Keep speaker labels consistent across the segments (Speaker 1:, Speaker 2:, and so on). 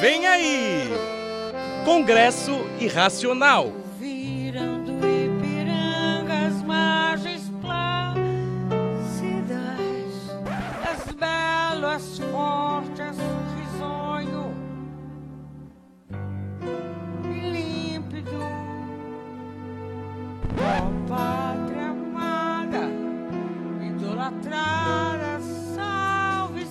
Speaker 1: Vem aí! Congresso Irracional.
Speaker 2: Viram do Ipiranga as margens plácidas, as belas, fortes, risonho, límpido. Ó pátria amada, idolatrada, salve,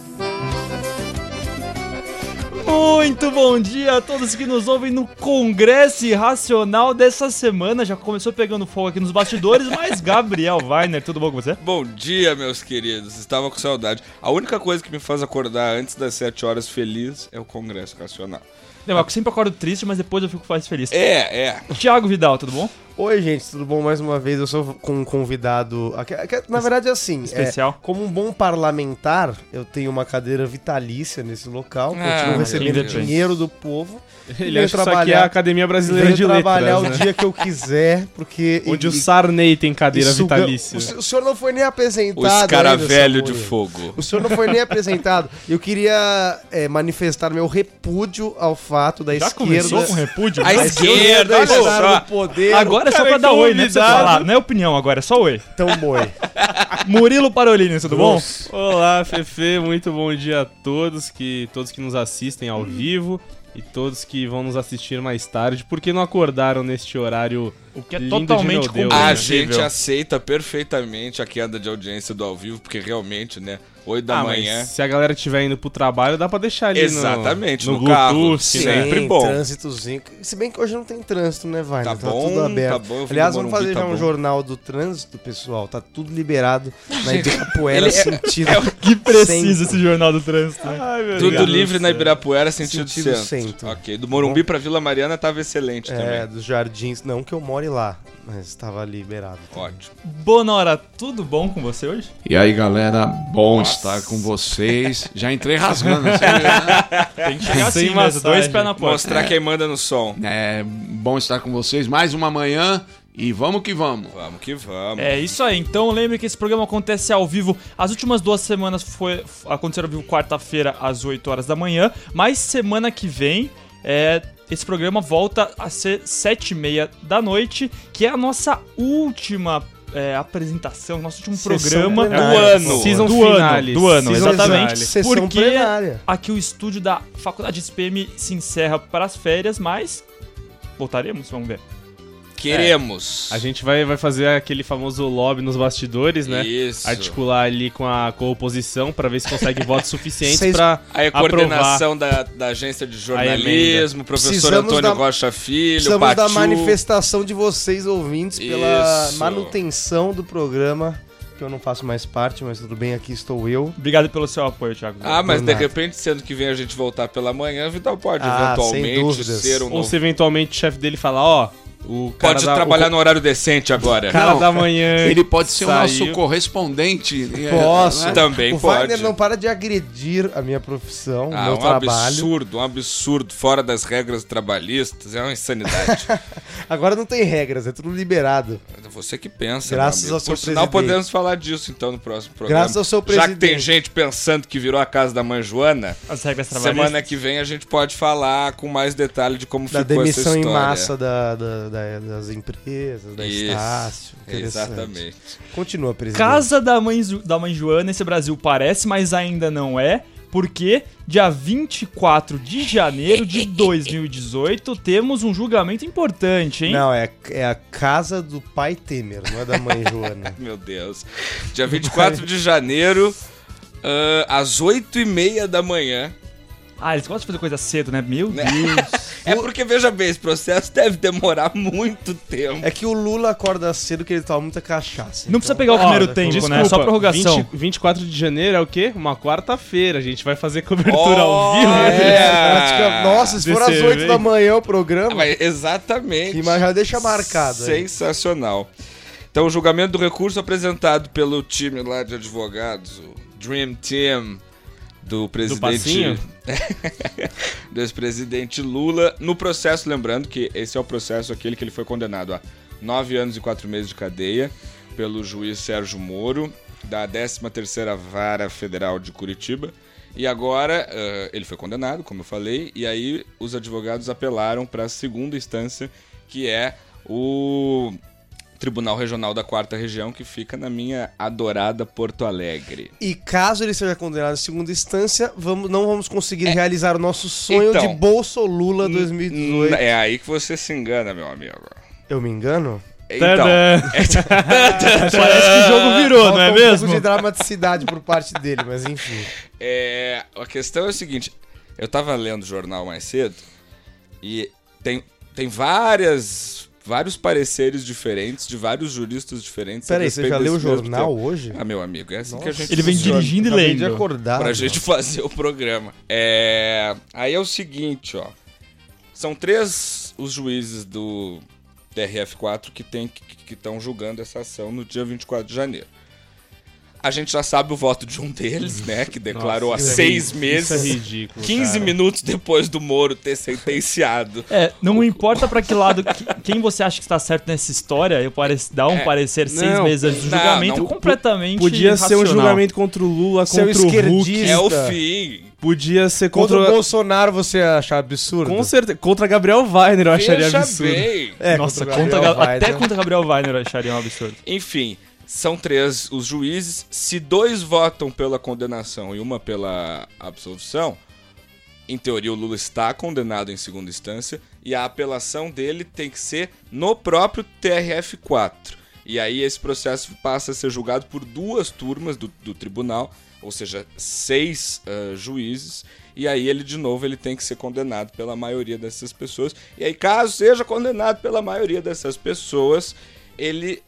Speaker 3: Muito bom dia a todos que nos ouvem no Congresso Irracional dessa semana. Já começou pegando fogo aqui nos bastidores, mas Gabriel Weiner, tudo bom com você?
Speaker 4: Bom dia, meus queridos. Estava com saudade. A única coisa que me faz acordar antes das 7 horas feliz é o Congresso Nacional.
Speaker 3: Não, eu sempre acordo triste, mas depois eu fico mais feliz.
Speaker 4: É, é.
Speaker 3: Tiago Vidal, tudo bom?
Speaker 5: Oi, gente, tudo bom? Mais uma vez, eu sou com um convidado. aqui- aqui- Na verdade, é assim. é,
Speaker 3: Especial.
Speaker 5: como um bom parlamentar, eu tenho uma cadeira vitalícia nesse local.
Speaker 4: Ah,
Speaker 5: continuo recebendo
Speaker 3: independente.
Speaker 5: dinheiro do povo.
Speaker 6: Ele
Speaker 5: Venho
Speaker 6: acha que isso aqui é a Academia Brasileira
Speaker 5: venho
Speaker 6: de
Speaker 5: trabalhar
Speaker 6: Letras,
Speaker 5: o
Speaker 6: né?
Speaker 5: dia que eu quiser, porque.
Speaker 6: Onde
Speaker 5: e-
Speaker 6: o Sarney tem
Speaker 5: e
Speaker 6: cadeira
Speaker 5: suga-
Speaker 6: vitalícia.
Speaker 5: O, se- o senhor não foi nem apresentado.
Speaker 4: O escaravelho
Speaker 5: ainda,
Speaker 4: de
Speaker 5: Tá seu
Speaker 4: fogo.
Speaker 5: o senhor não foi nem apresentado. Eu queria é, manifestar meu repúdio ao fato da
Speaker 3: Já
Speaker 5: esquerda.
Speaker 3: começou com repúdio?
Speaker 4: A
Speaker 3: Mas-
Speaker 4: esquerda, olha
Speaker 5: estar no
Speaker 4: só.
Speaker 5: poder.
Speaker 3: Agora é só
Speaker 6: Cara,
Speaker 3: pra dar oi, né? Pra você
Speaker 6: convidado.
Speaker 3: falar. Não é opinião agora, é só oi.
Speaker 5: Tão Então, boi.
Speaker 3: Murilo Parolini, tudo bom?
Speaker 6: Olá, Fefe, muito bom dia a todos que todos que nos assistem ao vivo e todos que vão nos assistir mais tarde, porque não acordaram neste horário
Speaker 3: O que é
Speaker 6: lindo
Speaker 3: totalmente
Speaker 6: de meu Deus,
Speaker 3: compreensível.
Speaker 4: A
Speaker 6: né?
Speaker 4: gente aceita perfeitamente a queda de audiência do ao vivo, porque realmente, né? 8 da
Speaker 6: Ah, mas
Speaker 4: manhã.
Speaker 6: se a galera estiver indo pro trabalho, dá pra deixar ali no-
Speaker 4: É. Exatamente,
Speaker 6: no,
Speaker 4: no carro,
Speaker 6: Bluetooth,
Speaker 4: sim.
Speaker 6: né?
Speaker 4: Sempre bom.
Speaker 5: Trânsitozinho. Se bem que hoje não tem trânsito, né, vai?
Speaker 4: Tá
Speaker 5: tá
Speaker 4: bom,
Speaker 5: tudo aberto.
Speaker 4: tá bom, eu vim
Speaker 5: Aliás,
Speaker 4: do Morumbi,
Speaker 5: vamos fazer já
Speaker 4: tá
Speaker 5: um
Speaker 4: bom.
Speaker 5: jornal do trânsito, pessoal. Tá tudo liberado na Ibirapuera,
Speaker 4: ele é-
Speaker 5: sentido,
Speaker 3: Que preciso esse jornal do trânsito, né?
Speaker 6: Ai, meu
Speaker 4: Tudo
Speaker 6: Deus.
Speaker 4: livre na Ibirapuera, sentido,
Speaker 5: Sentido
Speaker 4: centro.
Speaker 5: centro.
Speaker 4: Ok. Do Morumbi pra Vila Mariana tava excelente
Speaker 5: é,
Speaker 4: também.
Speaker 5: dos jardins. Não que eu more lá, mas estava liberado.
Speaker 4: Ótimo.
Speaker 3: Bonora, tudo bom com você hoje?
Speaker 7: E aí, galera, bom estar com vocês. Já entrei rasgando. assim,
Speaker 3: Tem que chegar
Speaker 6: Sem
Speaker 3: assim, mesmo, dois
Speaker 6: massagem.
Speaker 3: pés na porta.
Speaker 4: Mostrar quem manda no som.
Speaker 7: né? É bom estar com vocês mais uma manhã e vamos que vamos.
Speaker 4: Vamos que vamos.
Speaker 3: É isso aí. Então lembre que esse programa acontece ao vivo. As últimas duas semanas foi, f- aconteceram ao vivo quarta-feira às 8 horas da manhã. Mas semana que vem é, esse programa volta a ser 7 e meia da noite, que é a nossa última é, apresentação, nosso último
Speaker 5: Sessão
Speaker 3: programa do
Speaker 5: plenária,
Speaker 3: ano.
Speaker 5: por favor.
Speaker 6: Season
Speaker 3: do ano,
Speaker 6: finale.
Speaker 3: do ano,
Speaker 6: Season
Speaker 3: exatamente.
Speaker 6: finale.
Speaker 5: Sessão
Speaker 3: porque
Speaker 5: plenária.
Speaker 3: aqui o estúdio da Faculdade SPM se encerra para as férias, mas voltaremos, vamos ver.
Speaker 4: Queremos.
Speaker 6: A gente vai, vai fazer aquele famoso lobby nos bastidores, né?
Speaker 4: Isso.
Speaker 6: Articular ali com a, com a oposição pra ver se consegue votos suficientes
Speaker 5: Vocês-
Speaker 6: pra
Speaker 4: Aí a
Speaker 6: aprovar.
Speaker 4: coordenação da, da agência de jornalismo, professor
Speaker 5: Precisamos
Speaker 4: Antônio
Speaker 5: da-
Speaker 4: Rocha Filho,
Speaker 5: Precisamos
Speaker 4: Patu.
Speaker 5: da manifestação de vocês, ouvintes, pela
Speaker 4: Isso.
Speaker 5: manutenção do programa, que eu não faço mais parte, mas tudo bem, aqui estou eu.
Speaker 3: Obrigado pelo seu apoio, Thiago.
Speaker 4: Ah, mas de
Speaker 5: Nada.
Speaker 4: repente, sendo que vem a gente voltar pela manhã, Vital pode
Speaker 5: Ah, sem
Speaker 4: eventualmente
Speaker 5: dúvidas.
Speaker 4: ser um
Speaker 6: Ou
Speaker 4: novo...
Speaker 6: se eventualmente o chefe dele falar, ó, o cara
Speaker 4: Pode
Speaker 6: da,
Speaker 4: trabalhar
Speaker 6: o
Speaker 4: no horário decente agora.
Speaker 6: cara
Speaker 7: Não,
Speaker 6: da manhã.
Speaker 7: Ele pode ser o nosso
Speaker 6: saiu.
Speaker 7: correspondente. né?
Speaker 5: Posso.
Speaker 4: É, Também
Speaker 5: o
Speaker 4: pode.
Speaker 5: Wagner não para de agredir a minha profissão, o
Speaker 4: Ah,
Speaker 5: meu
Speaker 4: um
Speaker 5: trabalho.
Speaker 4: absurdo, um absurdo, fora das regras trabalhistas, é uma insanidade.
Speaker 5: Agora não tem regras, é tudo liberado.
Speaker 4: É Você que pensa,
Speaker 5: Graças
Speaker 4: meu amigo.
Speaker 5: ao seu
Speaker 4: Por sinal,
Speaker 5: presidente.
Speaker 4: podemos falar disso então no próximo programa.
Speaker 5: Graças ao seu
Speaker 4: Já que tem
Speaker 5: presidente.
Speaker 4: gente pensando que virou a casa da mãe Joana,
Speaker 3: As regras trabalhistas.
Speaker 4: semana é que vem a gente pode falar com mais detalhe de como
Speaker 5: Da
Speaker 4: ficou essa
Speaker 5: demissão
Speaker 4: história.
Speaker 5: em massa da- da- da- das empresas, da
Speaker 4: Isso,
Speaker 5: Estácio. Interessante.
Speaker 4: Exatamente.
Speaker 5: Continua, presidente.
Speaker 3: Casa da mãe, Ju- da mãe Joana, esse Brasil parece, mas ainda não é, porque dia 24 de janeiro de 2018 temos um julgamento importante, hein?
Speaker 5: Não, é, é a casa do pai Temer, não é da mãe Joana.
Speaker 4: Meu Deus. Dia 24 de janeiro, ah, às 8h30 da manhã.
Speaker 3: Ah, eles gostam de fazer coisa cedo, né? Meu
Speaker 4: Né?
Speaker 3: Deus.
Speaker 4: É porque, veja bem, esse processo deve demorar muito tempo.
Speaker 5: É que o Lula acorda cedo que ele toma muita cachaça. então.
Speaker 3: Não precisa pegar o primeiro tempo, né? É Só prorrogação.
Speaker 6: 20 24 de janeiro é o quê? Uma quarta-feira. A gente vai fazer cobertura ao vivo.
Speaker 4: Olha!
Speaker 5: É, prática- Nossa, se for às
Speaker 6: Desse
Speaker 5: 8 da
Speaker 6: evento.
Speaker 5: manhã o programa,
Speaker 4: Ah, Mas exatamente.
Speaker 5: É, que mas já deixa marcado. aí.
Speaker 4: Sensacional. Então, o julgamento do recurso apresentado pelo time lá de advogados, o Dream Team do presidente
Speaker 6: passinho?
Speaker 4: do ex-presidente Lula no processo, lembrando que esse é o processo aquele que ele foi condenado a nove anos e quatro meses de cadeia pelo juiz Sérgio Moro da 13ª Vara Federal de Curitiba. E agora eh, ele foi condenado, como eu falei, e aí os advogados apelaram para a segunda instância, que é o Tribunal Regional da Quarta Região, que fica na minha adorada Porto Alegre.
Speaker 5: E caso ele seja condenado em segunda instância, vamos, não vamos conseguir realizar o nosso sonho
Speaker 4: É. Então.
Speaker 5: de Bolso Lula 2018.
Speaker 4: É aí que você se engana, meu amigo.
Speaker 5: Eu me engano?
Speaker 4: Então,
Speaker 3: Parece que o jogo virou, não
Speaker 5: Falta
Speaker 3: é
Speaker 5: um
Speaker 3: mesmo?
Speaker 5: pouco de dramaticidade por parte dele, mas enfim.
Speaker 4: É, a questão é o seguinte: eu tava lendo o jornal mais cedo e tem, tem várias, vários pareceres diferentes de vários juristas diferentes. a
Speaker 5: Peraí, você
Speaker 4: respeito
Speaker 5: já leu o
Speaker 4: desse mesmo
Speaker 5: jornal
Speaker 4: tema.
Speaker 5: hoje?
Speaker 4: Ah, meu amigo, é assim que a gente
Speaker 3: Ele vem
Speaker 4: funciona
Speaker 3: dirigindo e
Speaker 5: Acabei de
Speaker 3: lendo.
Speaker 6: Ah,
Speaker 5: acordar.
Speaker 4: pra gente fazer o programa. É, aí é o seguinte, ó. São três os juízes do TRF4 que estão que, estão julgando essa ação no dia 24 de janeiro. A gente já sabe o voto de um deles, né? Que declarou
Speaker 6: Nossa,
Speaker 4: há
Speaker 6: isso é
Speaker 4: seis
Speaker 6: ri-
Speaker 4: meses.
Speaker 6: Isso é ridículo.
Speaker 4: 15
Speaker 6: cara.
Speaker 4: minutos depois do Moro ter sentenciado.
Speaker 3: É, não importa pra que lado, que- quem você acha que está certo nessa história, eu parece, dá um
Speaker 4: É,
Speaker 3: parecer seis
Speaker 6: não,
Speaker 3: meses antes do
Speaker 4: não,
Speaker 3: julgamento
Speaker 4: não,
Speaker 3: completamente
Speaker 6: Podia ser um
Speaker 3: irracional.
Speaker 6: julgamento contra o Lula,
Speaker 5: Seu
Speaker 6: contra o Hulk.
Speaker 5: esquerdista.
Speaker 4: É o fim.
Speaker 6: Podia ser
Speaker 5: Contra
Speaker 6: contra...
Speaker 5: o Bolsonaro você acha absurdo?
Speaker 6: Com certeza. Contra Gabriel Weiner, eu acharia
Speaker 4: Veja
Speaker 6: absurdo.
Speaker 4: bem.
Speaker 5: É,
Speaker 3: Nossa,
Speaker 5: contra o
Speaker 3: contra
Speaker 5: Gabriel
Speaker 3: Ga- até
Speaker 5: Weiner.
Speaker 3: contra Gabriel Weiner eu acharia um absurdo.
Speaker 4: Enfim, são três os juízes. Se dois votam pela condenação e uma pela absolvição, em teoria o Lula está condenado em segunda instância e a apelação dele tem que ser no próprio TRF4. E aí esse processo passa a ser julgado por duas turmas do, do tribunal, ou seja, seis ah, juízes. E aí ele de novo ele tem que ser condenado pela maioria dessas pessoas. E aí caso seja condenado pela maioria dessas pessoas, ele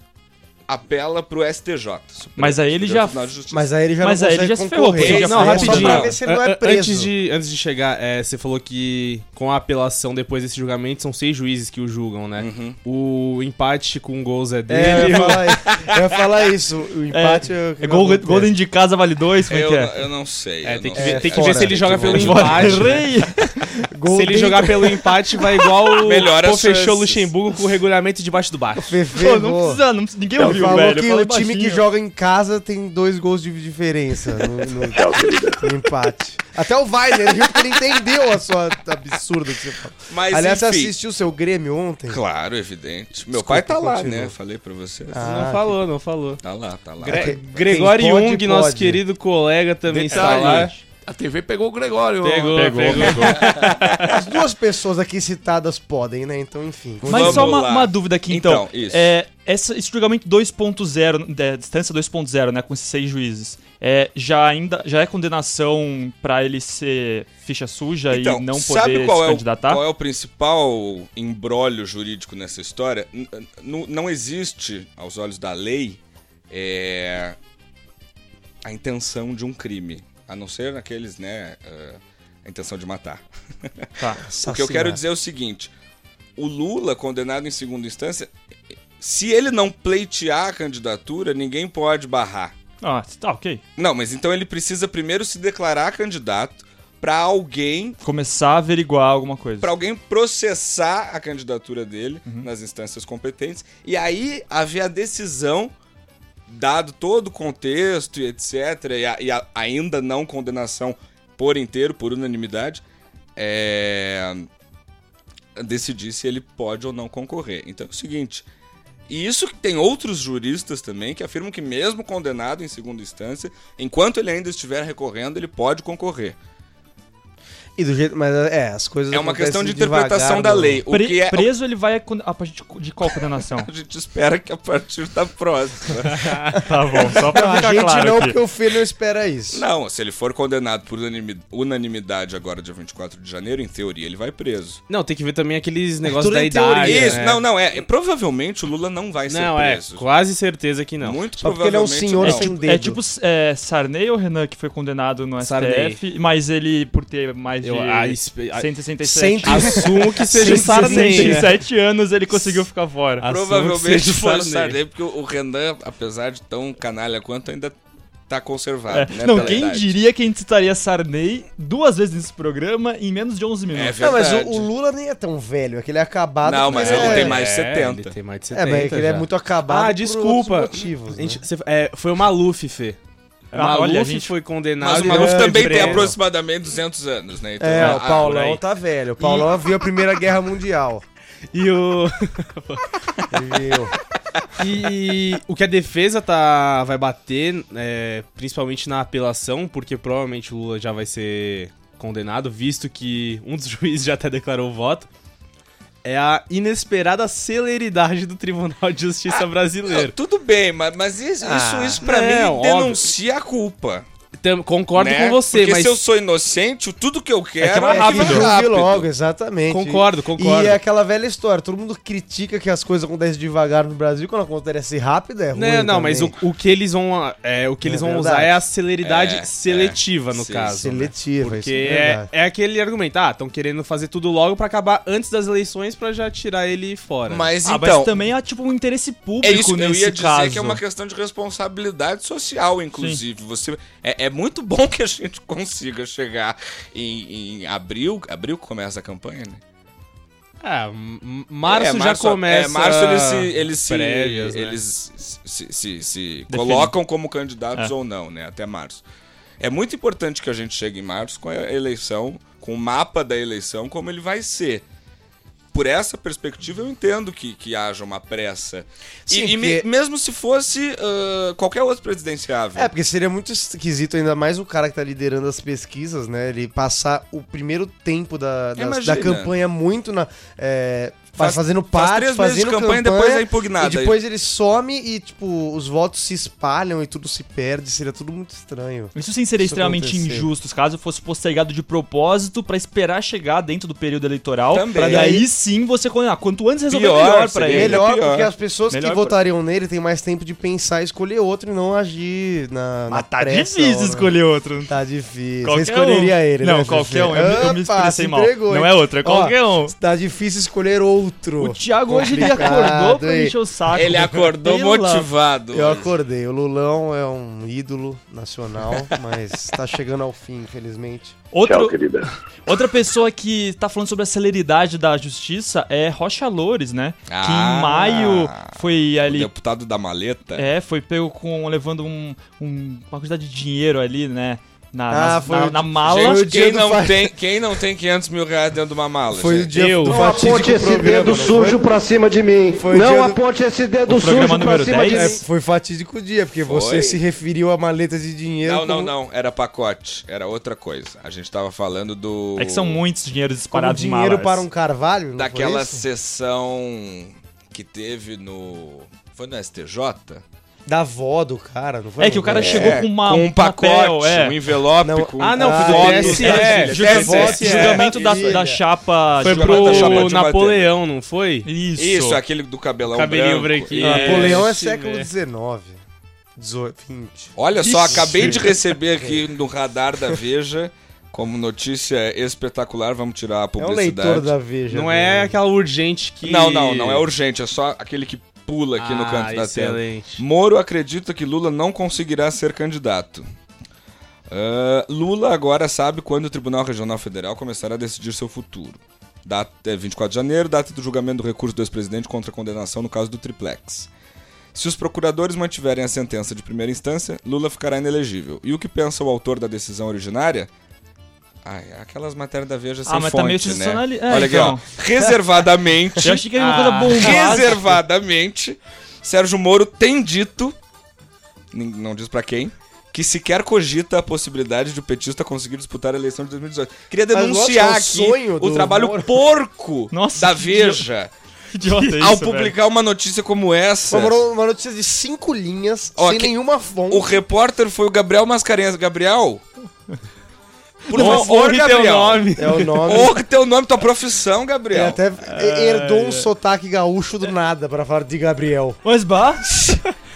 Speaker 4: apela pro STJ. Supremo
Speaker 3: Mas aí ele
Speaker 4: Tribunal
Speaker 3: já-
Speaker 4: Tribunal de Justiça.
Speaker 5: Mas aí ele já
Speaker 3: Mas
Speaker 5: não
Speaker 3: aí ele
Speaker 5: consegue
Speaker 3: já se ferrou,
Speaker 5: concorrer.
Speaker 4: porque já
Speaker 5: não,
Speaker 4: foi
Speaker 5: rapidinho.
Speaker 4: condenado.
Speaker 5: Pra ver se ele não
Speaker 6: An-
Speaker 5: é
Speaker 6: an-
Speaker 5: preso.
Speaker 6: Antes de, antes de chegar, é, você falou que com a apelação depois desse julgamento são seis juízes que o julgam, né? O empate com gols é dele.
Speaker 5: É, eu ia falar, eu ia falar isso. O empate... eu-
Speaker 3: É gol,
Speaker 5: eu-
Speaker 3: gol dentro de casa vale dois, como é
Speaker 4: Eu,
Speaker 3: que
Speaker 4: não-
Speaker 3: é?
Speaker 4: eu não sei.
Speaker 6: É,
Speaker 4: eu
Speaker 6: tem
Speaker 4: não
Speaker 6: que
Speaker 4: sei.
Speaker 6: ver, tem que
Speaker 5: fora,
Speaker 6: ver se ele
Speaker 5: tem
Speaker 6: joga
Speaker 5: que
Speaker 6: pelo
Speaker 5: voltar.
Speaker 6: empate. né?
Speaker 3: Errei!
Speaker 5: Gol
Speaker 6: Se ele
Speaker 5: dentro-
Speaker 6: jogar pelo empate, vai igual o
Speaker 4: Melhora
Speaker 6: Pô,
Speaker 4: as
Speaker 6: fechou
Speaker 4: chances.
Speaker 6: o Luxemburgo com o regulamento debaixo do baixo.
Speaker 5: Fefe,
Speaker 3: Pô, não
Speaker 5: gol.
Speaker 3: precisa, não precisa, ninguém
Speaker 5: Ele
Speaker 3: ouviu,
Speaker 5: falou
Speaker 3: velho.
Speaker 5: que
Speaker 3: eu
Speaker 5: o
Speaker 3: falei
Speaker 5: time que
Speaker 3: baixinho.
Speaker 5: joga em casa tem dois gols de diferença no, no- no empate. Até o Weiner viu porque ele entendeu a sua absurda que você falou.
Speaker 4: Mas,
Speaker 5: Aliás, você
Speaker 4: enfim,
Speaker 5: assistiu o seu Grêmio ontem?
Speaker 4: Claro, evidente. Meu
Speaker 5: Desculpa,
Speaker 4: pai tá lá,
Speaker 5: continua.
Speaker 4: né? Falei pra vocês.
Speaker 5: Ah,
Speaker 6: não falou, não falou.
Speaker 4: Tá lá, tá lá.
Speaker 6: Gre
Speaker 5: quem-
Speaker 6: Gregório
Speaker 5: quem pode,
Speaker 6: Jung, nosso
Speaker 5: pode.
Speaker 6: querido colega, também está
Speaker 7: Detalhe.
Speaker 6: lá.
Speaker 7: A TV pegou o Gregório.
Speaker 6: Pegou, pegou.
Speaker 5: As duas pessoas aqui citadas podem, né? Então, enfim.
Speaker 3: Mas só
Speaker 4: Vamos
Speaker 3: uma,
Speaker 4: lá.
Speaker 3: uma dúvida aqui, então.
Speaker 4: Então, isso.
Speaker 3: É, essa, esse julgamento 2.0, da é, distância 2.0, né, com esses seis juízes, é, já, ainda, já é condenação pra ele ser ficha suja
Speaker 4: Então,
Speaker 3: e não
Speaker 4: sabe
Speaker 3: poder
Speaker 4: qual
Speaker 3: se
Speaker 4: é, o,
Speaker 3: candidatar?
Speaker 4: qual é o principal embrólio jurídico nessa história? N- n- não existe, aos olhos da lei, é, a intenção de um crime. A não ser naqueles, né? eh, a intenção de matar.
Speaker 3: Tá.
Speaker 4: O que eu quero dizer é o seguinte: o Lula, condenado em segunda instância, se ele não pleitear a candidatura, ninguém pode barrar.
Speaker 3: Ah, tá, ok.
Speaker 4: Não, mas então ele precisa primeiro se declarar candidato pra alguém,
Speaker 3: Começar a averiguar alguma coisa.
Speaker 4: para alguém processar a candidatura dele nas instâncias competentes e aí haver a decisão dado todo o contexto e etc e, a- e a- ainda não condenação por inteiro por unanimidade é, decidir se ele pode ou não concorrer. Então é o seguinte, e isso que tem outros juristas também que afirmam que mesmo condenado em segunda instância, enquanto ele ainda estiver recorrendo, ele pode concorrer.
Speaker 5: E do jeito, mas é, as coisas
Speaker 4: É uma
Speaker 5: acontecem
Speaker 4: questão de
Speaker 5: devagar, né?
Speaker 4: interpretação da
Speaker 5: mano.
Speaker 4: lei. O
Speaker 3: Pre-
Speaker 4: que é,
Speaker 3: Preso ele vai a con- a partir de- de qual condenação?
Speaker 4: A gente espera que a partir da próxima.
Speaker 3: tá bom, só
Speaker 5: Não,
Speaker 3: pra
Speaker 5: a
Speaker 3: ficar
Speaker 5: gente
Speaker 3: claro
Speaker 5: não,
Speaker 3: aqui.
Speaker 5: porque o filho não espera isso.
Speaker 4: Não, se ele for condenado por unanimi- unanimidade agora, dia 24 de janeiro, em teoria ele vai preso.
Speaker 6: Não, tem que ver também aqueles negócios
Speaker 5: tudo
Speaker 6: da
Speaker 5: em teoria,
Speaker 6: idade.
Speaker 4: Isso,
Speaker 6: né?
Speaker 4: não, não, é. é, Provavelmente o Lula não vai
Speaker 6: Não,
Speaker 4: ser
Speaker 6: é
Speaker 4: preso.
Speaker 6: quase certeza que não.
Speaker 4: Muito
Speaker 5: Só porque ele é um
Speaker 4: provavelmente
Speaker 5: senhor
Speaker 4: não.
Speaker 5: sem dedo.
Speaker 3: É tipo é, Sarney ou Renan que foi condenado no
Speaker 6: Sarney.
Speaker 3: STF, mas ele, por ter mais de
Speaker 6: Eu, ah, a, espe- a-
Speaker 3: 167
Speaker 5: Cento-
Speaker 6: assumo que seja o Sarney. né?
Speaker 3: 167 anos ele conseguiu ficar fora.
Speaker 6: Assumo que
Speaker 4: Provavelmente
Speaker 6: seja o
Speaker 4: foi o Sarney, porque o Renan, apesar de tão canalha quanto, ainda tá conservado.
Speaker 3: É.
Speaker 4: né,
Speaker 3: Não,
Speaker 4: pela
Speaker 3: quem
Speaker 4: idade.
Speaker 3: diria que a gente citaria Sarney duas vezes nesse programa em menos de 11
Speaker 4: É
Speaker 3: minutos?
Speaker 5: né? Não, mas
Speaker 4: verdade.
Speaker 5: o, o Lula nem é tão velho, é que ele é acabado.
Speaker 4: Não, mas
Speaker 5: é,
Speaker 4: ele tem mais de
Speaker 6: Ele
Speaker 4: 70.
Speaker 6: tem mais de
Speaker 5: É,
Speaker 6: 70.
Speaker 5: mas é que ele é
Speaker 6: já.
Speaker 5: muito acabado.
Speaker 6: Ah,
Speaker 5: por
Speaker 6: desculpa.
Speaker 5: outros motivos, né?
Speaker 6: Gente, cê- é, foi o Maluf, Fê. O
Speaker 3: Ah,
Speaker 6: Maluf
Speaker 3: olha, gente.
Speaker 6: foi condenado.
Speaker 4: Mas o
Speaker 6: e
Speaker 4: Maluf
Speaker 6: foi
Speaker 4: também tem
Speaker 6: preso.
Speaker 4: aproximadamente 200 anos, né? Então,
Speaker 5: É,
Speaker 4: ah,
Speaker 5: o
Speaker 4: por
Speaker 5: Paulão
Speaker 4: aí.
Speaker 5: tá velho. O Paulão viu a Primeira Guerra Mundial.
Speaker 6: E o,
Speaker 5: Ele viu.
Speaker 6: e o que a defesa tá, vai bater, é, principalmente na apelação, porque provavelmente o Lula já vai ser condenado, visto que um dos juízes já até declarou o voto, é a inesperada celeridade do Tribunal de Justiça
Speaker 4: Não,
Speaker 6: brasileiro.
Speaker 4: tudo bem, mas, mas isso, isso,
Speaker 5: Ah,
Speaker 4: isso pra
Speaker 6: não,
Speaker 4: mim
Speaker 6: óbvio.
Speaker 4: denuncia a culpa.
Speaker 6: É, Tam- Concordo
Speaker 4: né?
Speaker 6: com você,
Speaker 4: Porque
Speaker 6: mas...
Speaker 4: se eu sou inocente, tudo que eu quero
Speaker 5: Então
Speaker 3: que é mais
Speaker 4: é que
Speaker 3: rápido.
Speaker 4: vai
Speaker 5: julgue
Speaker 4: rápido.
Speaker 5: logo, exatamente.
Speaker 6: Concordo, concordo.
Speaker 5: E é aquela velha história, todo mundo critica que as coisas acontecem devagar no Brasil, quando acontece rápido é ruim
Speaker 6: Não, não,
Speaker 5: também.
Speaker 6: mas o, o que eles vão, é, o que
Speaker 5: É
Speaker 6: eles vão
Speaker 5: verdade.
Speaker 6: usar é a celeridade
Speaker 4: É,
Speaker 6: seletiva,
Speaker 4: é.
Speaker 6: no
Speaker 4: Sim,
Speaker 6: caso. né?
Speaker 5: Seletiva,
Speaker 6: Porque
Speaker 5: isso é
Speaker 6: é,
Speaker 5: verdade.
Speaker 6: é aquele argumento, ah, estão querendo fazer tudo logo pra acabar antes das eleições pra já tirar ele fora.
Speaker 4: Mas
Speaker 3: Ah, mas
Speaker 4: então,
Speaker 3: também há tipo um interesse público
Speaker 4: é isso que eu
Speaker 3: nesse
Speaker 4: ia dizer,
Speaker 3: caso.
Speaker 4: que é uma questão de responsabilidade social, inclusive. Você, é, é muito bom que a gente consiga chegar em, em abril. Abril que começa a campanha, né?
Speaker 6: Ah, m- m- março,
Speaker 4: É,
Speaker 6: já começa.
Speaker 4: É, março eles se, eles se,
Speaker 6: prévias, né?
Speaker 4: eles se, se- se colocam como
Speaker 5: É.
Speaker 4: candidatos ou não, né? Até março. É muito importante que a gente chegue em março com a eleição, com o mapa da eleição, como ele vai ser. Por essa perspectiva, eu entendo que, que haja uma pressa. E-
Speaker 5: Sim,
Speaker 4: e me-
Speaker 5: porque-
Speaker 4: mesmo se fosse ah, qualquer outro presidenciável.
Speaker 5: É, porque seria muito esquisito, ainda mais o cara que tá liderando as pesquisas, né? Ele passar o primeiro tempo da, das-
Speaker 4: Imagina.
Speaker 5: da campanha muito na. é, fa-
Speaker 4: Faz-
Speaker 5: fazendo
Speaker 4: Faz
Speaker 5: parte,
Speaker 4: três meses de
Speaker 5: fazendo
Speaker 4: campanha,
Speaker 5: campanha,
Speaker 4: e depois é
Speaker 5: e
Speaker 4: impugnada.
Speaker 5: depois ele some e, tipo, os votos se espalham e tudo se perde, seria tudo muito estranho.
Speaker 3: Isso sim seria
Speaker 5: Isso
Speaker 3: extremamente
Speaker 5: acontecer.
Speaker 3: injusto, caso fosse postergado de propósito pra esperar chegar dentro do período eleitoral.
Speaker 4: Também.
Speaker 3: Pra daí sim você condenar. Quanto antes resolver,
Speaker 4: Pior,
Speaker 3: melhor pra
Speaker 4: seria
Speaker 3: É, ele.
Speaker 5: Melhor,
Speaker 4: pior.
Speaker 5: porque as pessoas
Speaker 3: Melhor
Speaker 5: que
Speaker 3: por-
Speaker 5: votariam nele têm mais tempo de pensar e escolher outro e não agir na. na
Speaker 3: Mas tá
Speaker 5: pressa,
Speaker 3: difícil
Speaker 5: ó, um né?
Speaker 3: escolher outro.
Speaker 5: Tá difícil.
Speaker 3: Qualquer
Speaker 5: Você escolheria
Speaker 3: um.
Speaker 5: ele,
Speaker 3: Não,
Speaker 5: né?
Speaker 3: qualquer
Speaker 5: Fefe?
Speaker 3: um. Eu, eu me
Speaker 5: Opa,
Speaker 3: expressei
Speaker 5: se
Speaker 3: mal.
Speaker 5: entregou,
Speaker 3: Não
Speaker 5: hein?
Speaker 3: é outro, é qualquer um.
Speaker 5: Tá difícil escolher outro.
Speaker 3: O Thiago hoje ele
Speaker 5: Complicado,
Speaker 3: acordou pra
Speaker 5: hein?
Speaker 3: encher o saco.
Speaker 4: Ele acordou
Speaker 3: Pela-
Speaker 4: motivado.
Speaker 5: Eu acordei. O Lulão é um ídolo nacional, mas tá chegando ao fim, infelizmente.
Speaker 3: Outro, outra pessoa que tá falando sobre a celeridade da justiça é Rocha Loures, né? Que
Speaker 4: Ah.
Speaker 3: em maio foi
Speaker 4: O
Speaker 3: ali
Speaker 4: deputado da maleta.
Speaker 3: É, foi pego com levando um- um- uma quantidade de dinheiro ali, né? Na,
Speaker 5: Ah,
Speaker 3: nas-
Speaker 5: foi
Speaker 3: na,
Speaker 5: o-
Speaker 3: na mala.
Speaker 5: Foi o
Speaker 4: Gente,
Speaker 5: dia
Speaker 4: quem
Speaker 5: do
Speaker 4: não,
Speaker 5: fa-
Speaker 4: tem, quem não tem 500 mil reais dentro de uma mala?
Speaker 5: Foi é. o
Speaker 4: gente?
Speaker 5: dia
Speaker 6: eu-
Speaker 5: do
Speaker 6: Não
Speaker 5: fatídico programa. não foi?
Speaker 8: pra cima de mim.
Speaker 5: Foi o Não dia do-
Speaker 8: esse dedo
Speaker 3: O programa número 10.
Speaker 5: É, foi fatídico dia, porque você se referiu a maleta de dinheiro.
Speaker 4: Não, não,
Speaker 5: como-
Speaker 4: não. Era pacote. Era outra coisa. A gente tava falando do.
Speaker 3: É que são muitos dinheiros
Speaker 5: como
Speaker 3: disparados em
Speaker 5: dinheiro
Speaker 3: malas.
Speaker 5: para um carvalho? não foi
Speaker 4: Daquela
Speaker 5: isso?
Speaker 4: sessão que teve no. Foi no STJ?
Speaker 5: Da avó do cara, não foi?
Speaker 3: É que o cara
Speaker 5: É.
Speaker 3: chegou com uma,
Speaker 4: com um pacote,
Speaker 3: papel, é.
Speaker 4: um envelope
Speaker 5: Não,
Speaker 4: com.
Speaker 6: Ah, não, foi
Speaker 5: Ah,
Speaker 6: do
Speaker 5: isso,
Speaker 6: TSE.
Speaker 4: é,
Speaker 6: julga-
Speaker 4: TSE.
Speaker 6: voto-
Speaker 4: É,
Speaker 3: julgamento da,
Speaker 5: filha.
Speaker 3: da chapa.
Speaker 6: Foi
Speaker 4: julgamento da chapa
Speaker 6: pro
Speaker 4: de né?
Speaker 6: Napoleão, não foi?
Speaker 3: Isso.
Speaker 4: Isso, aquele do cabelão
Speaker 6: Cabelinho
Speaker 4: branco.
Speaker 6: branquinho.
Speaker 4: E-
Speaker 5: Napoleão é
Speaker 6: Esse,
Speaker 5: século
Speaker 6: né?
Speaker 5: XIX. 18, 20.
Speaker 4: Olha só, acabei de receber aqui no radar da Veja, como notícia espetacular, vamos tirar a
Speaker 5: É um
Speaker 4: publicidade.
Speaker 5: leitor da Veja.
Speaker 6: Não é aquela urgente que...
Speaker 4: Não, não, não é urgente, é só aquele que pula aqui no
Speaker 6: Ah,
Speaker 4: canto da tela.
Speaker 6: excelente.
Speaker 4: Moro acredita que Lula não conseguirá ser candidato. Ah, Lula agora sabe quando o Tribunal Regional Federal começará a decidir seu futuro. Data é 24 de janeiro, data do julgamento do recurso do ex-presidente contra a condenação no caso do Triplex. Se os procuradores mantiverem a sentença de primeira instância, Lula ficará inelegível. E o que pensa o autor da decisão originária? Ai, aquelas matérias da Veja sem
Speaker 3: Ah, mas tá
Speaker 4: fonte,
Speaker 3: meio
Speaker 4: né?
Speaker 3: sensacionali- é,
Speaker 4: Olha aqui,
Speaker 3: então.
Speaker 4: ó. Reservadamente...
Speaker 3: Eu achei que era uma
Speaker 6: Ah.
Speaker 3: coisa bombada.
Speaker 4: Reservadamente, Sérgio Moro tem dito, nin- não diz pra quem, que sequer cogita a possibilidade de o petista conseguir disputar a eleição de 2018. Queria
Speaker 5: Mas,
Speaker 4: denunciar
Speaker 5: nossa, é um
Speaker 4: aqui
Speaker 5: sonho
Speaker 4: o
Speaker 5: do
Speaker 4: trabalho
Speaker 5: Moro.
Speaker 4: porco
Speaker 3: Nossa,
Speaker 4: da
Speaker 3: que
Speaker 4: Veja
Speaker 3: Idiota isso,
Speaker 4: ao
Speaker 3: velho.
Speaker 4: publicar uma notícia como essa.
Speaker 5: Uma, moro- uma notícia de cinco linhas,
Speaker 4: Ó,
Speaker 5: sem
Speaker 4: que-
Speaker 5: nenhuma fonte.
Speaker 4: O repórter foi o Gabriel Mascarenhas. Gabriel? Por favor,
Speaker 6: Honre teu
Speaker 4: Gabriel.
Speaker 6: nome.
Speaker 5: É o nome.
Speaker 4: Honre teu nome, tua profissão,
Speaker 5: Ele
Speaker 4: Gabriel.
Speaker 5: até herdou um sotaque gaúcho do nada pra falar de Gabriel.
Speaker 3: Mas bah.